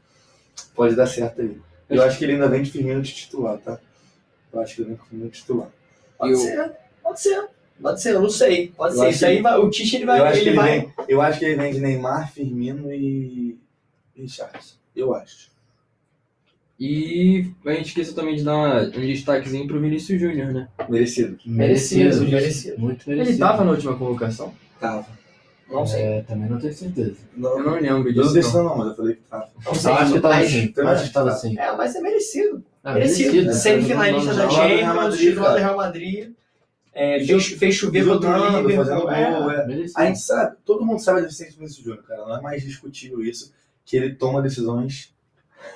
S4: pode dar certo aí. Eu acho que ele ainda vem de Firmino de titular, tá? Eu acho que ele vem de Firmino de titular.
S3: Pode
S2: Eu-
S3: ser, pode ser. Pode ser, eu não sei. Pode
S4: Eu
S3: ser.
S4: acho
S3: Isso aí
S4: que-
S3: vai, o Tite ele
S4: eu,
S3: vai.
S4: acho que
S3: Ele
S4: ele
S3: vai
S4: vem, eu acho que ele vem de Neymar, Firmino e Richardson. Eu acho.
S2: E a gente esqueceu também de dar uma- um destaquezinho pro Vinícius Júnior, né?
S4: Merecido.
S1: merecido,
S3: merecido, merecido.
S1: Muito merecido.
S2: Ele tava na última convocação?
S4: Tava.
S3: Não sei.
S1: É, também não tenho certeza.
S2: Eu não lembro
S4: Eu não
S2: disso.
S4: disse
S2: não.
S4: não, mas eu falei que tá. assim. tava.
S3: Não sei.
S1: Eu acho que tava
S3: mas-
S1: sim.
S4: eu
S1: Acho
S4: acho
S1: que tava
S4: que
S1: sim.
S3: É, mas é merecido.
S1: Ah,
S3: merecido. né?
S4: né?
S1: merecido.
S3: Semifinalista da
S1: Não, não,
S4: Champions,
S3: Champions,
S4: Real Madrid,
S3: titular do
S4: cara.
S3: Real Madrid. É, fez, fez chover contra o
S4: Jogando,
S3: Liverpool.
S4: fazendo gol,
S3: é.
S4: é.
S1: não, merecido.
S4: A gente sabe, todo mundo sabe a deficiência do Vinícius Júnior, cara. Não é mais discutível isso, que ele toma decisões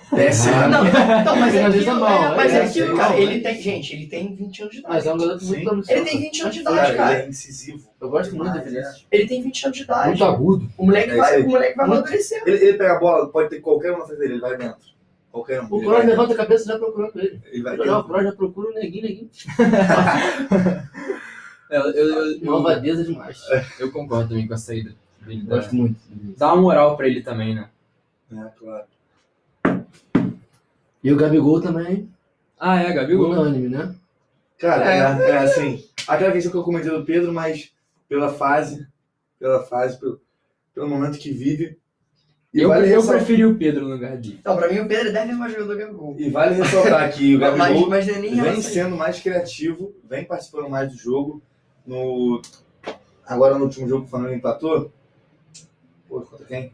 S4: Péssimo.
S1: Ah,
S3: Não, não, mas é
S1: Finaliza
S3: aquilo,
S1: mal,
S3: é, mas
S1: é,
S3: é aquilo,
S1: sei,
S4: né?
S3: cara.
S1: não,
S3: Ele
S1: é.
S3: tem, gente, ele tem 20 anos de
S1: Mas
S3: idade.
S1: é um garoto
S4: Sim.
S1: muito promissor.
S3: Ele tem um- 20 anos de
S1: tá
S3: idade,
S4: Cara,
S3: cara.
S4: ele é incisivo.
S1: Eu gosto muito do
S4: Demais,
S1: Vinícius.
S3: Ele tem 20 anos de idade.
S1: Muito agudo.
S3: O moleque
S4: É isso
S3: vai,
S4: aí.
S3: o moleque vai
S1: Muito-
S3: amadurecer.
S4: Ele, ele pega a bola, pode ter qualquer um na frente dele, ele vai dentro. Qualquer um.
S1: O
S4: ele, vai
S1: Cross
S4: dentro,
S1: levanta a cabeça e já procurando ele.
S4: ele vai
S1: Eu já, o
S4: dentro.
S1: Cross já procura o neguinho, neguinho.
S2: É, eu, eu,
S1: Uma
S2: eu,
S1: vadeza demais.
S2: eu concordo também com a saída dele. da-
S1: É, Gosto muito.
S2: Dá uma moral pra ele também, né?
S4: É, claro.
S1: E o Gabigol também,
S2: Ah, é, Gabigol?
S1: unânime, né?
S4: Cara, é, é assim. Aquela questão que eu comentei do Pedro, mas pela fase, pela fase, pelo, pelo momento que vive. E
S2: Eu,
S4: vale
S2: eu
S4: ressaltar-
S2: preferi o Pedro no lugar dele.
S3: Então, pra mim, o Pedro deve ser mais jogador que o Gabigol.
S4: E vale ressaltar que o
S3: Mas,
S4: Gabigol
S3: mas não é nem
S4: vem
S3: essa aí.
S4: sendo mais criativo, vem participando mais do jogo. No... Agora no último jogo que o Flamengo empatou. Pô, contra quem? Lá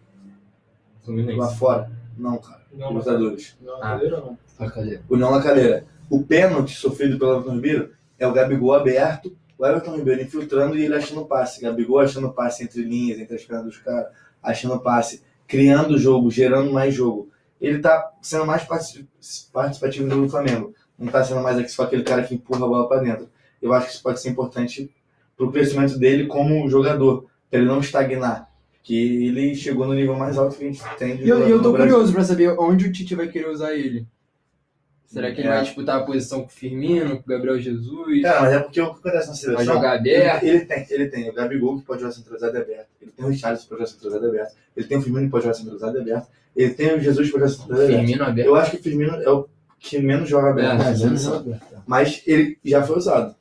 S2: Fluminense.
S4: fora. Não, cara.
S6: Não, mas
S4: Libertadores.
S6: não,
S2: Ah.
S6: goleiro não.
S1: Ah, cadê?
S4: União na cadeira. O pênalti sofrido pelo Everton Ribeiro é o Gabigol aberto, o Everton Ribeiro infiltrando e ele achando passe. Gabigol achando passe entre linhas, entre as pernas dos caras, achando passe, criando jogo, gerando mais jogo. Ele tá sendo mais partici- participativo do jogo do Flamengo. Não tá sendo mais só aquele cara que empurra a bola pra dentro. Eu acho que isso pode ser importante pro crescimento dele como jogador, pra ele não estagnar. Que ele chegou no nível mais alto que a gente tem. de
S2: E eu, e eu
S4: jogador
S2: tô
S4: no Brasil.
S2: curioso pra saber onde o Tite vai querer usar ele. Será que ele
S4: É.
S2: vai disputar a posição com o Firmino, com o Gabriel Jesus?
S4: Cara, mas é porque o que acontece na
S2: Vai
S4: seleção.
S2: jogar aberto?
S4: Ele, ele tem, ele tem o Gabigol que pode jogar centralizado e aberto. Ele tem o Richarlison que pode jogar centralizado e aberto. Ele tem o Firmino que pode jogar centralizado e aberto. Ele tem o Jesus que pode jogar centralizado e aberto.
S2: Firmino aberto?
S4: Eu acho que o Firmino é o que menos joga aberto.
S2: É,
S4: na seleção. Mas ele já foi usado.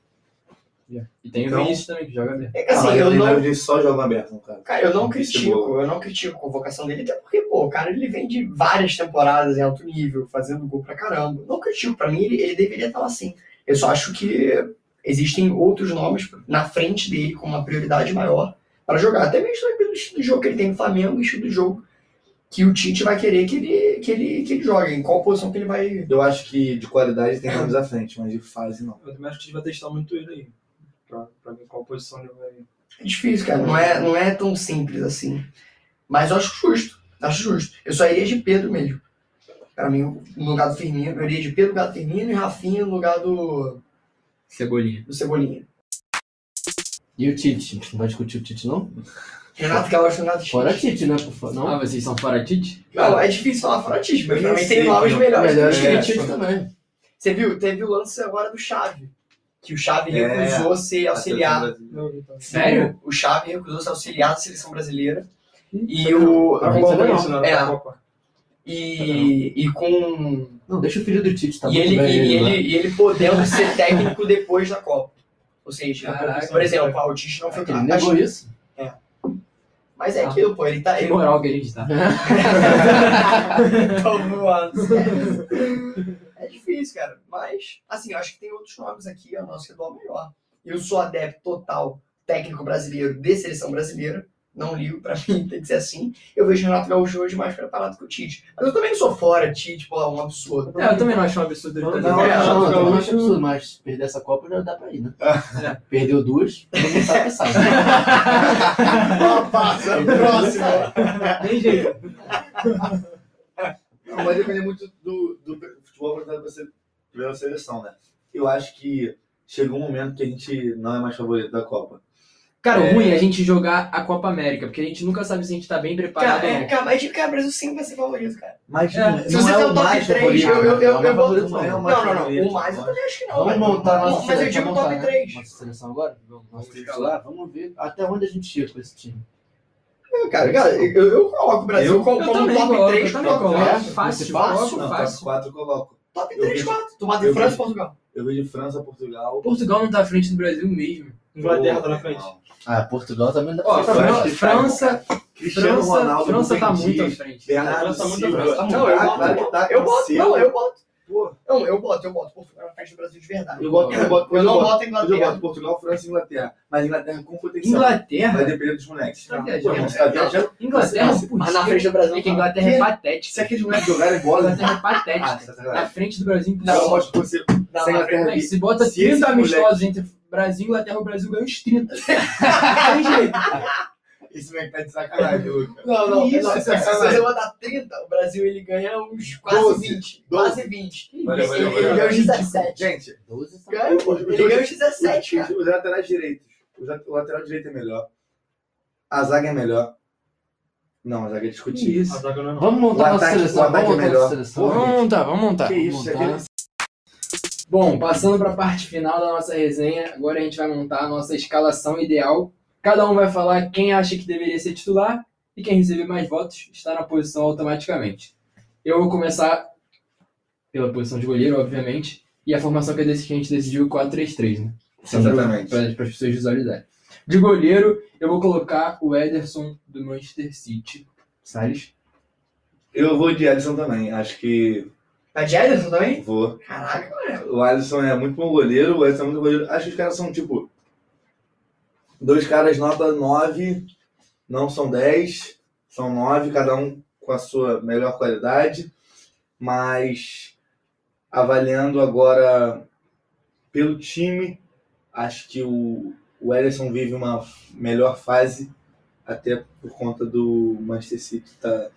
S2: E tem o
S4: Então-
S2: Vinícius também que joga aberto.
S3: É que assim,
S4: Ah, mas
S3: eu
S4: ele vai
S3: não.
S4: ver só joga aberto, no cara.
S3: Cara, eu não
S4: Isso é
S3: critico, eu não critico a convocação dele, até porque, pô, o cara ele vem de várias temporadas em alto nível, fazendo gol pra caramba. Não critico, pra mim ele, ele deveria estar lá sim. Eu só acho que existem outros nomes na frente dele com uma prioridade maior pra jogar. Até mesmo pelo estilo de jogo que ele tem no Flamengo, o estilo de jogo que o Tite vai querer que ele, que ele, que ele jogue, em qual posição que ele vai.
S4: Eu acho que de qualidade tem nomes à frente, mas de fase não.
S6: Eu também acho que a gente vai testar muito ele aí. Pra, pra ver qual posição ele vai.
S3: É difícil, cara. Não é, não é tão simples assim. Mas eu acho justo. Acho justo. Eu só iria de Pedro mesmo. Pra mim, no lugar do Firmino, eu iria de Pedro no lugar do Firmino e Rafinha no lugar do,
S2: Cebolinha.
S3: do Cebolinha.
S1: E o Tite? Não vai discutir o Tite, não?
S3: Renato Gaúcho, Renato Tite.
S1: Fora Tite, né? por favor,
S2: Ah,
S1: Não?
S2: vocês são fora Tite?
S3: Não, é difícil falar fora Tite, mas pra mim
S4: Sim,
S3: tem nomes
S4: não.
S3: melhores.
S1: Melhor
S3: que
S1: que
S3: o
S1: o
S4: é.
S1: Tite
S3: Tite.
S1: também.
S3: Você viu? Teve o lance agora do Chave. Que o Chave
S4: É.
S3: recusou ser
S4: A
S3: auxiliado.
S4: seleção brasileira.
S6: Não, então.
S2: Sério?
S3: O Chave recusou ser auxiliado da seleção brasileira. E o.
S6: Tá
S1: Não,
S6: bom,
S1: não,
S6: não, isso, né?
S3: é.
S6: Da Copa.
S3: E, e com.
S1: Não, deixa o filho do Tite, tá
S3: e,
S1: bom?
S3: ele,
S1: Vai
S3: e,
S1: lá.
S3: ele, e ele podendo ser técnico depois da Copa. Ou seja,
S2: Caraca.
S3: por exemplo, o Tite não foi
S1: Ele
S3: técnico.
S1: negou
S3: Mas,
S1: isso.
S3: mas é aquilo, pô, ele tá.
S2: Que
S3: Ele...
S2: moral que a gente tá.
S3: Tô voando, sério. É difícil, cara. Mas, assim, eu acho que tem outros nomes aqui ao nosso redor melhor. Eu sou adepto total, técnico brasileiro, de seleção brasileira. Não ligo pra mim, tem que ser assim. Eu vejo o Renato Gaúcho hoje mais preparado que o Tite. Mas eu também não sou fora, Tite, pô, um absurdo.
S2: É, eu também não acho um absurdo ele
S4: Não,
S2: tá
S4: não,
S1: Não,
S2: jogando.
S3: é,
S1: não, não,
S4: não,
S1: não
S4: não.
S1: acho absurdo, mas perder essa Copa já dá pra ir, né? Perdeu duas, todo mundo sabe que sabe.
S3: Ah, passa,
S2: Tem jeito.
S4: Não, vai depender muito do, do futebol apresentado pela se- pela seleção, né? Eu acho que chega um momento que a gente não é mais favorito da Copa.
S2: Cara, o
S4: É.
S2: ruim é a gente jogar a Copa América, porque a gente nunca sabe se a gente tá bem preparado
S3: Cara,
S2: ou
S3: é,
S2: não.
S3: cara, mas cara, o Brasil sempre vai ser favorito, cara.
S4: Mas
S2: É,
S4: não,
S3: se
S4: não
S3: você
S4: é
S3: tem
S4: o
S3: o top
S4: mais
S3: 3,
S4: favorito,
S3: eu- eu-
S4: cara.
S3: eu- eu
S4: Não é mais
S3: boto-
S4: favorito, é
S3: Não,
S4: mais
S3: não, não.
S4: favorito.
S3: O mais eu também acho que não.
S1: Vamos
S3: velho.
S1: montar a nossa
S3: Mas eu
S1: seleção,
S3: digo
S1: montar,
S3: top
S1: né?
S3: 3.
S1: Nossa seleção agora? Vamos, vamos
S4: Vamos
S1: lá, vamos ver até onde a gente chega com esse time.
S3: Cara, cara, eu, eu coloco o Brasil
S4: Eu-
S3: como,
S2: Eu
S3: como
S2: também
S3: top
S2: coloco,
S3: 3,
S2: eu também
S3: top
S2: coloco.
S3: 4.
S1: quatro,
S2: Fácil,
S1: fácil,
S2: coloco
S4: Não, top
S2: fácil.
S4: 4 eu coloco.
S3: Top
S4: Eu
S3: 3,
S4: vejo-
S3: 4. Tu mata
S4: eu
S3: França e
S4: vejo-
S3: Portugal.
S4: Eu vejo França, Portugal.
S2: Portugal não tá à frente do Brasil mesmo.
S6: Inglaterra tá na frente.
S4: Não.
S1: Ah, Portugal também dá
S2: Ó,
S4: Eu
S2: Fran-
S4: acho que tá-
S2: França,
S4: Cristiano
S2: França,
S4: Ronaldo,
S2: França tá
S4: Rubem
S2: muito à
S4: Dias,
S2: frente.
S4: Bernardo
S6: França tá muito
S4: Silva.
S6: à frente.
S3: Não, eu
S4: Tá,
S3: boto,
S4: tá,
S3: eu
S4: tá,
S3: Eu boto,
S4: Cancelo.
S3: não, eu boto.
S4: Pô,
S3: Não, eu boto, eu boto Portugal na frente do Brasil de verdade.
S4: Eu boto, eu boto,
S3: Eu não
S4: boto.
S3: boto a
S4: Eu boto
S3: Inglaterra.
S4: Portugal, França e Inglaterra. Mas Inglaterra com potencial. Vai
S2: Inglaterra?
S4: depender dos moleques.
S2: Tá
S4: Pô,
S2: viajando.
S4: irmão, você tá viajando?
S2: Inglaterra,
S4: Mas-
S2: putz,
S3: Mas na frente do Brasil.
S2: É que a Inglaterra é
S4: Que?
S2: patética.
S4: Se aqueles moleques jogarem bola,
S2: Inglaterra é
S4: Ah,
S2: patética.
S4: você tá
S2: Na
S4: ligado.
S2: frente do Brasil,
S4: Eu
S2: impossível.
S4: aposto que você.
S3: Não,
S4: Sem
S3: na
S4: Inglaterra
S2: Moleque,
S4: ali.
S2: Se bota
S4: Se esse
S2: 30
S4: moleque-
S2: amistosos entre Brasil e Inglaterra, o Brasil ganha uns 30. Tem jeito.
S4: Esse moleque tá de sacanagem, Luca.
S3: Não, não,
S4: Isso,
S3: não, se
S4: sacanagem.
S3: você mandar 30, o Brasil ele ganha uns quase
S4: 12,
S3: 20.
S4: 12.
S3: Quase 20.
S4: Valeu,
S3: Ele-
S4: valeu,
S3: Ele
S4: valeu.
S3: ganha uns 17.
S4: Gente,
S1: 12
S3: Ganha, pô.
S4: Os- os-
S3: Ele ganha uns
S4: os,
S3: 17, cara.
S4: os- os laterais direitos. Os la- o lateral direito é melhor. A zaga é melhor. Não, a zaga é discutível.
S6: A
S1: isso.
S6: zaga não é não.
S1: Vamos montar
S4: O
S1: nossa
S4: ataque- o
S1: seleção.
S4: ataque
S1: Vamos
S4: é
S1: montar
S4: melhor.
S1: nossa seleção.
S2: Vamos montar, vamos montar.
S4: Que isso,
S2: vamos
S4: é
S2: montar.
S4: aquele-
S2: Bom, passando para a parte final da nossa resenha, agora a gente vai montar a nossa escalação ideal. Cada um vai falar quem acha que deveria ser titular e quem receber mais votos está na posição automaticamente. Eu vou começar pela posição de goleiro, obviamente, e a formação que, eu decidi- que a gente decidiu é 4-3-3, né?
S4: Exatamente.
S2: Para as pessoas visualizarem. De goleiro, eu vou colocar o Ederson do Manchester City. Salles?
S4: Eu vou de Alisson também. Acho que
S3: Tá de Ederson também?
S4: vou.
S3: Caraca, mano.
S4: O Alisson é muito bom goleiro. O Alisson é muito goleiro. Acho que os caras são tipo. Dois caras nota 9, não são 10, são 9, cada um com a sua melhor qualidade. Mas avaliando agora pelo time, acho que o, o Ederson vive uma melhor fase, até por conta do Manchester City tá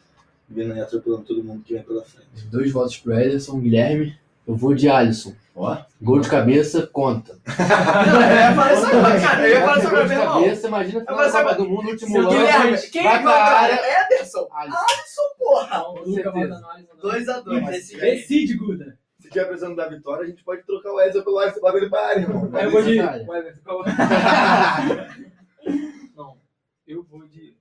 S4: vindo e atropelando todo mundo que vem pela frente.
S1: Dois votos pro Ederson, Guilherme. Eu vou de Alisson.
S4: Ó.
S1: Gol de cabeça, conta.
S3: Não, eu ia falar isso agora, cara. Eu ia falar isso
S1: Gol
S3: agora,
S1: de
S3: meu irmão.
S1: cabeça, imagina a final
S3: Mas
S1: da Copa
S3: sabe-
S1: do Mundo, último
S2: Seu
S1: lance.
S3: Guilherme, quem
S1: vai
S3: vai
S1: pra área.
S3: pra Ederson?
S1: Alisson.
S3: Ederson, porra.
S2: Não, Luca
S1: certeza.
S2: bota no Alisson.
S3: 2x2.
S4: Mas
S3: Esse
S4: ganha.
S3: ganha.
S2: Decide, Guda.
S4: Se tiver precisando da vitória, a gente pode trocar o Ezra pelo Alisson pra ele pra área, irmão.
S2: Eu vou de.
S1: Detalhe.
S6: Não, eu vou de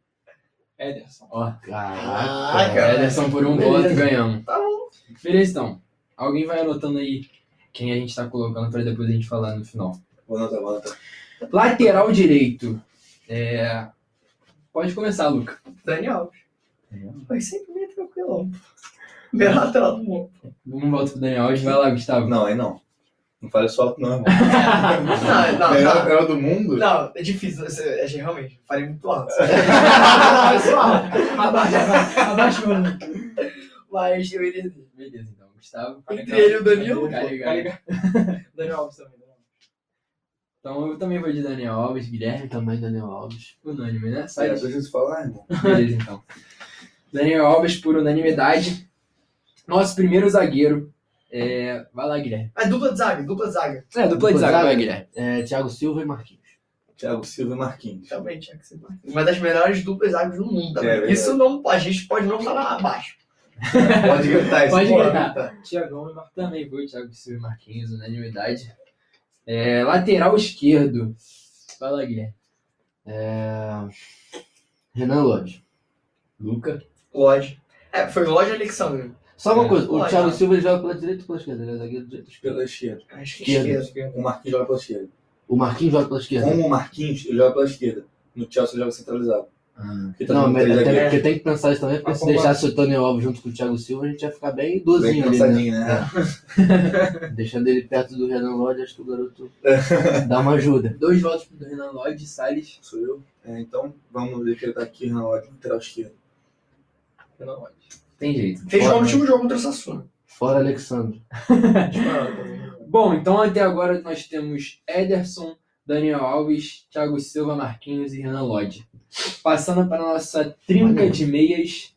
S6: Ederson.
S1: Ó,
S3: Caraca.
S1: caraca.
S2: Ederson por um
S1: Beleza.
S2: voto ganhamos.
S3: Tá bom.
S2: Beleza, então. Alguém vai anotando aí quem a gente tá colocando pra depois a gente falar no final.
S4: Vou anotar, vou anotar.
S2: Lateral direito. É, Pode começar, Luca.
S3: Dani Alves. Foi sempre meio tranquilão. Melhor lateral do mundo.
S2: Um voto pro Daniel Alves. Vai lá, Gustavo.
S4: Não, aí não. Não fale só alto, não, irmão.
S3: Não, não,
S4: melhor
S3: não.
S4: lateral do mundo?
S3: Não, é difícil. Eu achei realmente. Falei muito alto.
S2: Abaixa, abaixa, mano.
S3: Mas eu iria.
S2: Beleza, então. Gustavo.
S3: Entre ele e o Danilo.
S2: Carregado.
S3: Daniel Alves também. Daniel Alves.
S2: Então eu também vou de Daniel Alves, Guilherme.
S1: Também Daniel Alves.
S2: Unânime, né?
S4: Sai,
S2: Sai
S4: eu preciso falar, "Ah, irmão.
S2: Beleza, então. Daniel Alves por unanimidade. Nosso primeiro zagueiro. É... Vai lá, Guilherme.
S3: Ah, dupla de zaga, dupla de zaga.
S2: É, dupla de
S1: Depois,
S2: zaga,
S1: zaga.
S2: vai, Guilherme.
S1: É, Thiago Silva e Marquinhos.
S4: Thiago Silva e Marquinhos.
S3: Também tinha é que ser Marquinhos. Uma das melhores duplas zagas do mundo
S4: É,
S3: também.
S4: verdade.
S3: Isso não, a gente pode não falar abaixo.
S4: Pode gritar isso.
S2: Pode
S4: pô, Tá.
S2: gritar.
S6: Tiagão e Marcos.
S2: Também vou, Thiago Silva e Marquinhos, unanimidade. É, lateral esquerdo. Vai lá, Guilherme.
S1: É, Renan Lodge.
S2: Luca.
S3: Lodge. É, foi Lodge e Alexandre.
S1: Só uma
S2: É.
S1: coisa, o
S3: Lodge,
S1: Thiago
S3: Lodge.
S1: Silva ele joga pela direita ou pela esquerda? Ele é zagueiro direito.
S4: Pela esquerda.
S3: Acho que
S1: Esquerda.
S3: esquerda.
S4: O Marquinhos joga pela esquerda.
S1: O Marquinhos joga pela esquerda.
S4: Como o Marquinhos, ele joga pela esquerda. No Chelsea, ele joga centralizado. Porque tá
S1: Não,
S4: jogando
S1: mas
S4: três
S1: até
S4: zagueiros.
S1: porque tem que pensar isso também, porque
S3: Tá
S6: Mas
S1: se
S6: como-
S1: deixasse o Tony Alves junto com o Thiago Silva, a gente ia ficar bem
S4: Bem
S1: idosinho ali, né?
S4: cansadinho, né?
S1: Deixando ele perto do Renan Lodge, acho que o garoto
S3: É.
S1: dá uma ajuda.
S2: Dois votos pro Renan Lodge, Salles.
S4: Sou eu. É, então, vamos decretar aqui na ordem lateral esquerda.
S6: Renan Lodge.
S2: Tem jeito.
S3: Fez
S1: Fora,
S3: gol no
S1: né?
S3: último jogo contra o Sassuna.
S1: Fora Alexandre.
S2: Bom, então até agora nós temos Ederson, Daniel Alves, Thiago Silva, Marquinhos e Renan Lodge. Passando para a nossa trinca
S1: Maneiro.
S2: de meias.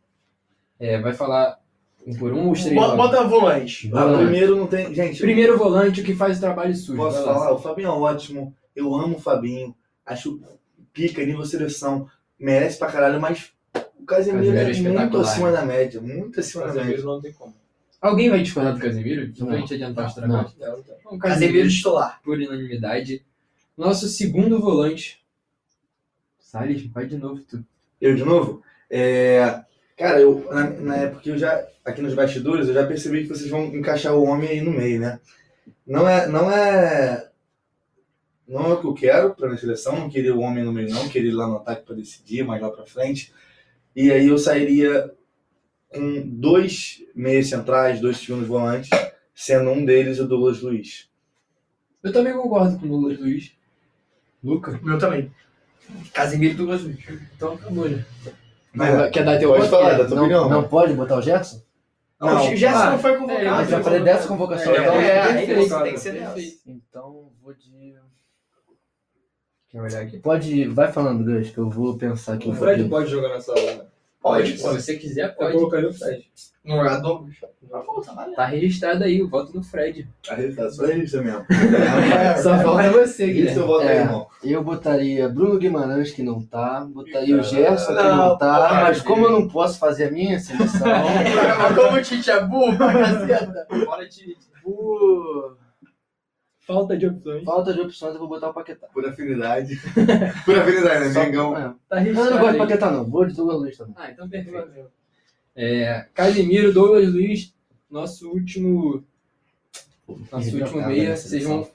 S2: É, vai falar um por um ou os três?
S3: Bota,
S2: logo?
S3: bota volante.
S1: Vai lá.
S4: Primeiro não tem. Gente,
S2: Primeiro volante, o que faz o trabalho sujo.
S4: Posso
S2: vai lá.
S4: falar? O Fabinho é ótimo. Eu amo o Fabinho. Acho pica, nível seleção. Merece pra caralho, mas o Casemiro
S2: Casemiro é
S4: é muito
S2: espetacular.
S4: acima da média. Muito acima da média.
S6: Casemiro não tem como.
S2: Alguém vai discordar do Casemiro? Só pra
S1: Não.
S2: gente adiantar os
S1: Não.
S2: trabalhos.
S6: Não, não tem.
S2: Então,
S3: Casemiro titular.
S2: por unanimidade. Nosso segundo volante. Salles, vai de novo tu.
S4: Eu de novo? É, Cara, eu, na, na época eu já. Aqui nos bastidores, eu já percebi que vocês vão encaixar o homem aí no meio, né? Não é. Não é. Não é o que eu quero pra minha seleção, não queria o homem no meio, não, queria ele lá no ataque pra decidir, mais lá pra frente. E aí eu sairia com dois meias centrais, dois segundos volantes, sendo um deles o Douglas Luiz.
S2: Eu também concordo com o Douglas Luiz. Luca?
S3: Meu também. Casemiro e Douglas Luiz.
S2: Então acabou, né?
S4: Vai
S2: Mas
S4: lá.
S2: quer dar teu
S4: Pode é,
S2: voto?
S4: falar, da tua
S1: Não,
S4: opinião. né?
S1: não pode botar o Gerson?
S3: Não,
S4: Não,
S3: o Gerson
S2: ah,
S3: não foi
S2: é,
S3: convocado.
S2: eu
S1: Eu já falei dessa convocação.
S4: É,
S1: então-
S3: é, é,
S2: Perfeito,
S3: isso, tem que ser
S2: perfeito.
S3: dessa.
S1: Então vou de.
S6: Quer olhar aqui?
S1: Pode, vai falando, Gus, que eu vou pensar aqui.
S6: O
S1: um
S6: Fred
S1: pouquinho.
S6: pode jogar nessa. né?
S3: Pode,
S2: Se você quiser,
S6: Eu
S2: pode.
S6: colocaria o Fred.
S3: No lugar do Douglas. É,
S2: Tá registrado aí, o voto no Fred.
S4: A revista só registra mesmo. É,
S1: Só falta você,
S4: Isso
S1: Guilherme.
S4: eu voto aí,
S1: É,
S4: irmão.
S1: eu botaria Bruno Guimarães, que não tá, botaria o
S4: Não,
S1: Gerson, que não,
S3: não,
S1: tá,
S3: pô,
S1: mas
S3: cara,
S1: como eu não posso fazer a minha seleção,
S3: Como o Tite é burro, pra caceta.
S6: Fora de
S1: por
S6: falta de opções.
S1: falta de opções, eu vou botar o Paquetá.
S4: Por afinidade. Por afinidade, né?
S1: Só-
S4: Mengão.
S1: é.
S2: Tá
S1: Não, eu não
S2: registrado.
S1: gosto de
S2: aí.
S1: Paquetá, não. Vou de Douglas Luiz também.
S2: Ah, então perfeito. É, Casimiro, Douglas Luiz, nosso último. Nosso
S1: Irretocável
S2: último
S1: na
S2: meia. Vocês
S1: seleção.
S2: vão.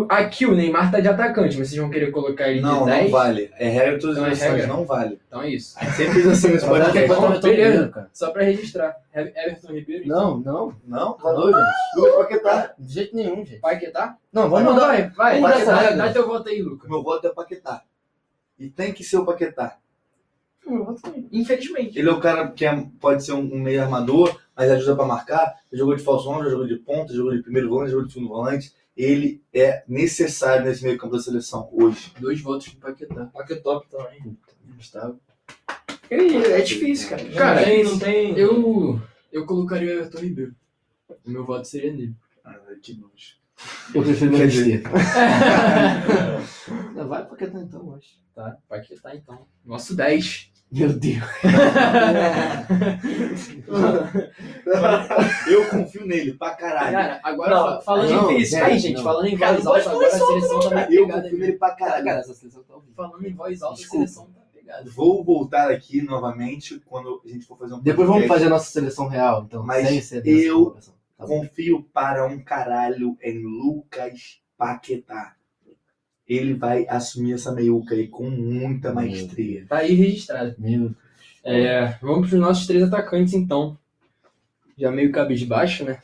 S2: o- Aqui o Neymar tá de atacante, mas vocês vão querer colocar ele
S4: Não,
S2: de
S4: não
S2: 10.
S4: vale. É regra de todas as
S2: Não é
S4: nações,
S2: regra.
S4: não vale.
S2: Então é isso.
S4: Sempre fiz assim
S1: Mas
S4: nesse
S1: eu
S4: podcast.
S1: vou botar o
S2: Beleza.
S1: Ribeiro, cara.
S2: Só pra registrar. He- Everton Ribeiro,
S1: Não, não,
S4: Não?
S1: tá doido, gente.
S4: Lucas Paquetá.
S1: De jeito nenhum, gente.
S2: Paquetá?
S1: Não, vamos
S2: Não,
S1: mudar.
S2: tá? vai, vai.
S1: Vamos
S2: Dá,
S1: nessa
S2: dá,
S1: regra.
S2: dá teu voto aí, Luca.
S4: Meu voto é Paquetá. E tem que ser o Paquetá.
S2: Infelizmente.
S4: Ele é o cara que é- pode ser um, um meio armador, mas ajuda pra marcar. Já jogou de falso nove, já jogou de ponta, já jogou de primeiro volante, já jogou de segundo volante. Ele é necessário nesse meio campo da seleção hoje.
S2: Dois votos pro Paquetá.
S6: Paquetop é também.
S1: Gustavo.
S3: É difícil, cara.
S2: Cara,
S6: não tem, não tem.
S2: Eu, eu colocaria o Everton Ribeiro. O meu voto seria nele.
S4: que nojo.
S1: Eu prefiro
S4: Quer
S1: não dizer.
S4: dizer-
S1: Vai Paquetá então, acho.
S2: Tá, Paquetá então. Nosso 10.
S1: Meu Deus.
S4: Eu confio nele pra caralho.
S2: Cara, agora
S3: Não,
S2: fa- falando
S1: não,
S2: em difícil.
S1: gente,
S2: Aí, gente,
S1: não.
S2: falando em
S3: Cara,
S2: voz
S3: não pode
S2: alta, agora a
S3: falar isso
S2: seleção tá meio
S4: Eu
S2: pegada.
S4: confio nele pra
S1: Cara,
S4: caralho.
S1: essa seleção tá horrível.
S2: Falando em voz alta,
S1: Desculpa.
S2: a seleção tá pegada.
S4: Vou voltar aqui novamente quando a gente for fazer um
S1: Depois vamos
S4: podcast.
S1: fazer a nossa seleção real, então.
S4: Mas
S1: sem ser dessa
S4: eu-
S1: colocação. Tá bom.
S4: Confio para um caralho em Lucas Paquetá. Ele vai assumir essa meiuca aí com muita maestria.
S2: Tá aí registrado.
S1: Meu
S2: É, vamos pros nossos três atacantes então. Já meio cabisbaixo, né?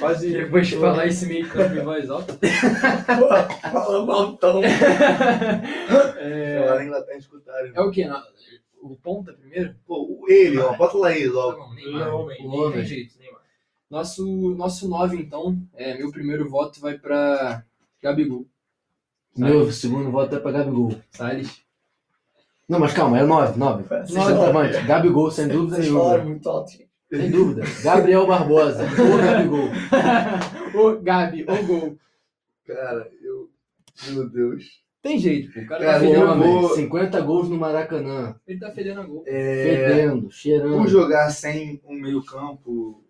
S6: Quase.
S2: Depois de falar esse meio campo em voz alta.
S3: Falando altão. É.
S4: Lá na Inglaterra escutaram.
S3: né?
S2: É o quê? Na- O ponta primeiro?
S4: Pô, ele, ó, bota lá ele
S2: Tá
S4: logo.
S2: bom, Neymar.
S6: Não, homem.
S2: Não tem jeito, Neymar. Nosso, nosso 9, então, é, meu primeiro voto vai pra Gabigol.
S1: Meu segundo voto é pra Gabigol.
S2: Salles.
S1: Não, mas calma, é o 9, 9.
S3: Vocês
S1: Centroavante, Gabigol, sem dúvida
S3: Vocês falaram
S1: nenhuma.
S3: muito alto, gente.
S1: Sem dúvida. Gabriel Barbosa, ou Gabigol.
S2: Ô, Gabi, ô gol.
S4: Cara, eu. Meu Deus.
S2: Tem jeito, pô. O cara
S4: Cara,
S2: tá fedendo a
S4: eu vou-
S2: gol.
S1: Homem, 50 gols no Maracanã.
S2: Ele tá fedendo a gol.
S4: É,
S1: Fedendo, cheirando.
S4: por jogar sem um meio-campo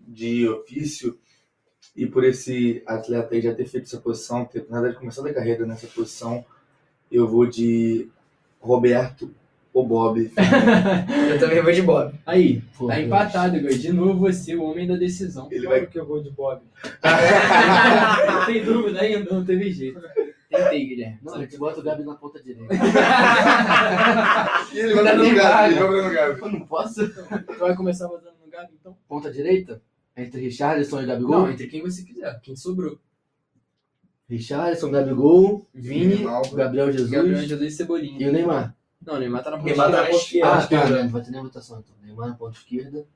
S4: de ofício e por esse atleta aí já ter feito essa posição, ter, na verdade, começado a carreira nessa posição, eu vou de Roberto ou Bob.
S3: Eu também vou de Bob.
S2: Aí,
S1: Pô,
S2: tá
S1: Deus.
S2: empatado, Gui. De novo você, o homem da decisão.
S4: Ele vai.
S6: Claro que eu vou de Bob.
S2: Sem dúvida ainda, não teve jeito. Tentei, Guilherme.
S1: Não, a
S2: Só que-
S1: gente bota o Gabi na ponta direita.
S4: Ele vai no Gabi, ele vai no Gabi.
S1: Eu não posso.
S2: Tu vai começar votando no Gabi, então?
S1: Ponta direita? Entre Richarlison e Gabigol?
S2: Não, entre quem você quiser. Quem sobrou.
S1: Richarlison, Gabigol, Vini,
S4: Ronaldo.
S1: Gabriel Jesus
S2: Gabriel, Jesus e Cebolinha.
S1: e o Neymar.
S2: Não, o Neymar tá na ponta
S3: Neymar tá na
S2: direita.
S3: ponta esquerda.
S1: Ah, tá, né? Vai ter nem votação então. Neymar na ponta esquerda.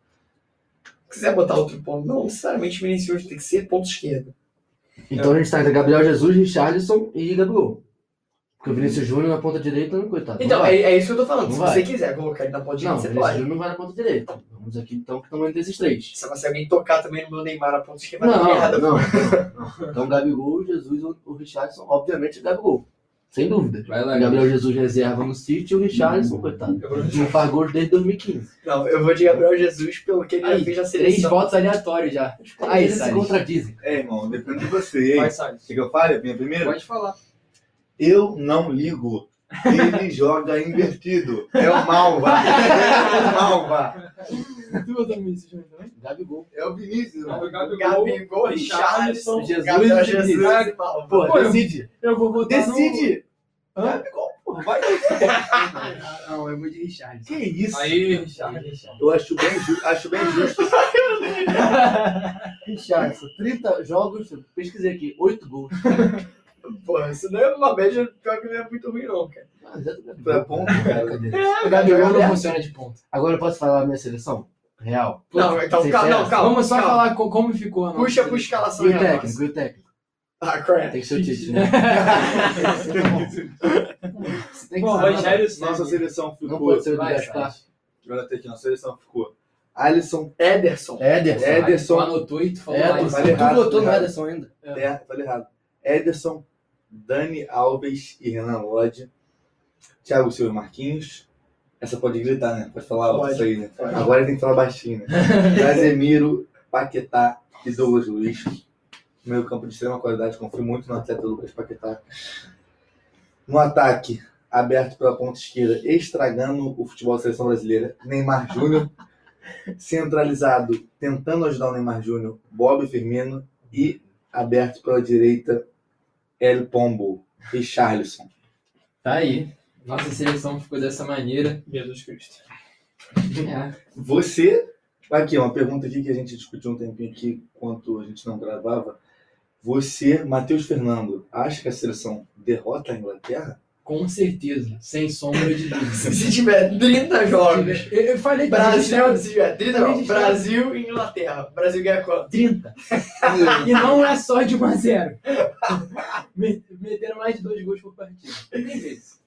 S3: Se quiser botar outro ponto, não necessariamente Vinicius tem que ser ponto esquerdo.
S1: Então a gente tá entre Gabriel Jesus, Richarlison e Gabigol. Porque o Vinícius Júnior na ponta direita, não, coitado.
S3: Então,
S1: não
S3: é,
S1: Tá vai.
S3: é isso que eu tô falando.
S1: Não
S3: Se
S1: vai.
S3: você quiser colocar ele na ponta
S1: Não,
S3: direita,
S1: o
S3: você
S1: Vinícius
S3: pode.
S1: Júnior não vai na ponta direita. Vamos aqui então, que estamos entre esses três.
S3: Se você alguém tocar também no meu Neymar na ponta esquerda,
S1: Não,
S3: vai dar merda.
S1: não, não, não. Então Gabigol, Jesus ou o Richarlison, obviamente Gabigol. Sem dúvida.
S2: Vai lá, Gabriel.
S1: Gabriel Jesus reserva no City e o Richarlison, coitado.
S6: Eu vou de
S1: Não faz gols desde 2015.
S3: Não, eu vou de Gabriel Jesus pelo que ele já
S2: Aí,
S3: fez na
S2: Três
S3: seleção.
S2: votos aleatórios já. Aí,
S1: Eles se
S2: Salles.
S1: contradizem.
S4: É, irmão, depende de você. hein?
S6: Vai, Salles.
S4: Quer que eu fale? Minha primeira?
S2: Pode falar.
S4: Eu não ligo. Ele joga invertido. É o Malva. É o Malva.
S2: Tu botou o Vinícius Júnior
S1: né?
S2: também?
S1: Gabigol.
S4: É o Vinícius.
S6: Não,
S4: Mano.
S6: o Gabigol.
S3: Gabigol, Richarlison,
S1: Jesus
S3: Gabriel
S1: e
S3: Jesus
S1: Vinícius.
S3: e Paulo.
S1: Pô,
S2: Pô, eu-
S1: decide.
S2: Eu vou votar
S4: Decide.
S2: no... Hã?
S4: Vai.
S2: Ah, Não, eu vou de Richard.
S4: Que isso?
S6: Aí, Richard, Richard.
S4: Eu acho bem, ju- acho bem justo.
S1: Richarlison, 30 jogos, pesquisei aqui, 8 gols.
S3: Pô, isso não é uma média pior que não é muito ruim, não, cara. é
S1: Mas é do
S4: Pra
S1: Gabigol.
S4: ponto, cara.
S2: O Gabriel não funciona de ponta.
S1: Agora eu posso falar a minha seleção? Real.
S3: Não, então, calma,
S1: Sincero.
S3: não, calma.
S2: Vamos só
S3: calma.
S2: falar co- como ficou a nossa
S3: Puxa pro
S2: seleção.
S1: E
S3: escalação
S1: o
S3: e a
S1: técnico,
S3: nossa.
S1: e o técnico.
S3: Ah, crap.
S1: Tem que ser o Tite, né? Tem que
S6: Bom,
S1: ser.
S6: Rogério
S4: Nossa seleção
S1: Não
S4: ficou.
S1: pode ser o do
S2: Vai,
S1: Gaspar.
S4: Olha até aqui, nossa seleção ficou. Alisson,
S3: Ederson.
S1: Éder.
S4: É, Ederson.
S2: Tu anotou e tu falou lá
S1: Éder.
S2: em
S4: Ederson.
S2: cima.
S4: Vale
S1: Tu
S4: errado,
S1: é votou no
S4: errado.
S1: Ederson ainda.
S4: é, falei errado. Ederson, Dani Alves e Renan Lodge. Thiago Silva e Marquinhos. Essa pode gritar, né? Pode falar alto
S3: Pode.
S4: isso aí, né? Agora tem que falar baixinho, né? Casemiro, Paquetá e Douglas Luiz. Meio campo de extrema qualidade, confio muito no atleta Lucas Paquetá. No ataque, aberto pela ponta esquerda, estragando o futebol da seleção brasileira, Neymar Júnior. Centralizado, tentando ajudar o Neymar Júnior, Bob Firmino. E aberto pela direita, El Pombo e Charlison.
S2: Tá aí. Nossa seleção ficou dessa maneira.
S6: Jesus Cristo.
S2: É.
S4: Você. Aqui, uma pergunta aqui que a gente discutiu um tempinho aqui, enquanto a gente não gravava. Você, Matheus Fernando, acha que a seleção derrota a Inglaterra?
S2: Com certeza. Sem sombra de dúvida.
S3: Se tiver 30 jogos.
S2: Eu, eu falei que a gente
S3: Brasil,
S2: tava-
S3: se tiver 30 jogos.
S2: Brasil.
S3: Brasil e Inglaterra. Brasil ganha quanto?
S2: 30. e não é só de 1 a 0. Me- Meteram mais de dois gols por partida. Tem isso.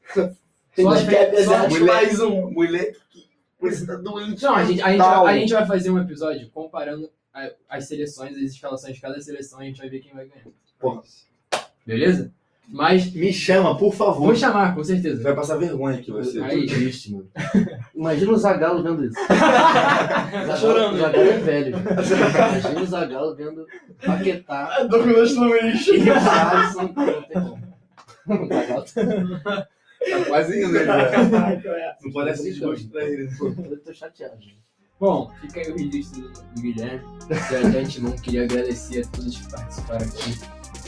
S1: Tem
S2: Só
S1: dois
S2: as
S3: Quer
S2: pe-
S3: dizer,
S2: só as-
S4: mulher-
S3: mais um.
S4: Moleque, você tá doente.
S2: Não, a gente, a, gente,
S4: Tal.
S2: a gente vai fazer um episódio comparando a- as seleções, as escalações de cada seleção, a gente vai ver quem vai ganhar.
S4: Pô.
S2: Beleza? Mas
S4: Me chama, por
S2: vou
S4: favor.
S2: chamar, com
S4: Você
S2: certeza.
S4: vai passar vergonha aqui, você.
S1: Eu
S2: Aí.
S1: tô triste, mano. Imagina o Zagalo vendo isso. Tá
S6: chorando,
S1: O Zagalo é velho. mano. Imagina o Zagalo vendo Paquetá
S3: Douglas Luiz.
S1: e o Alisson. Não tem como. O Zagallo
S4: Tá quase indo, né? cara?
S3: é.
S4: Não pode
S1: Tô
S4: ser desgosto pra ele.
S1: brincando. Eu tô chateado. gente.
S2: Bom, fica aí o registro do do Guilherme. De antemão, queria agradecer a todos que participaram aqui.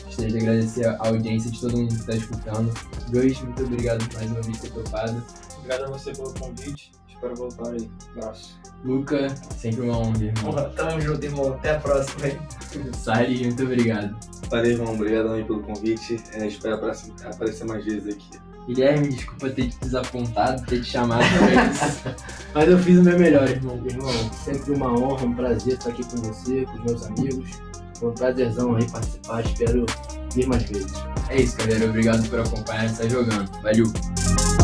S2: Gostaria de agradecer a audiência de todo mundo que está escutando. Dois, muito obrigado mais uma vez por ter topado.
S6: Obrigado a você pelo convite. Espero voltar aí. Abraço.
S2: Luca, sempre uma honra, irmão.
S3: Tamo junto, irmão. Até a próxima, hein?
S2: Sally, muito obrigado.
S4: Valeu, irmão. Obrigado aí pelo convite. É, espero aparecer, aparecer mais vezes aqui.
S2: Guilherme, desculpa ter te desapontado, ter te chamado pra isso. Mas eu fiz o meu melhor, irmão.
S1: Irmão, sempre uma honra, um prazer estar aqui com você, com os meus amigos. Foi um prazerzão aí participar. Espero vir mais vezes.
S2: É isso, galera. Obrigado por acompanhar essa jogando. tá Valeu.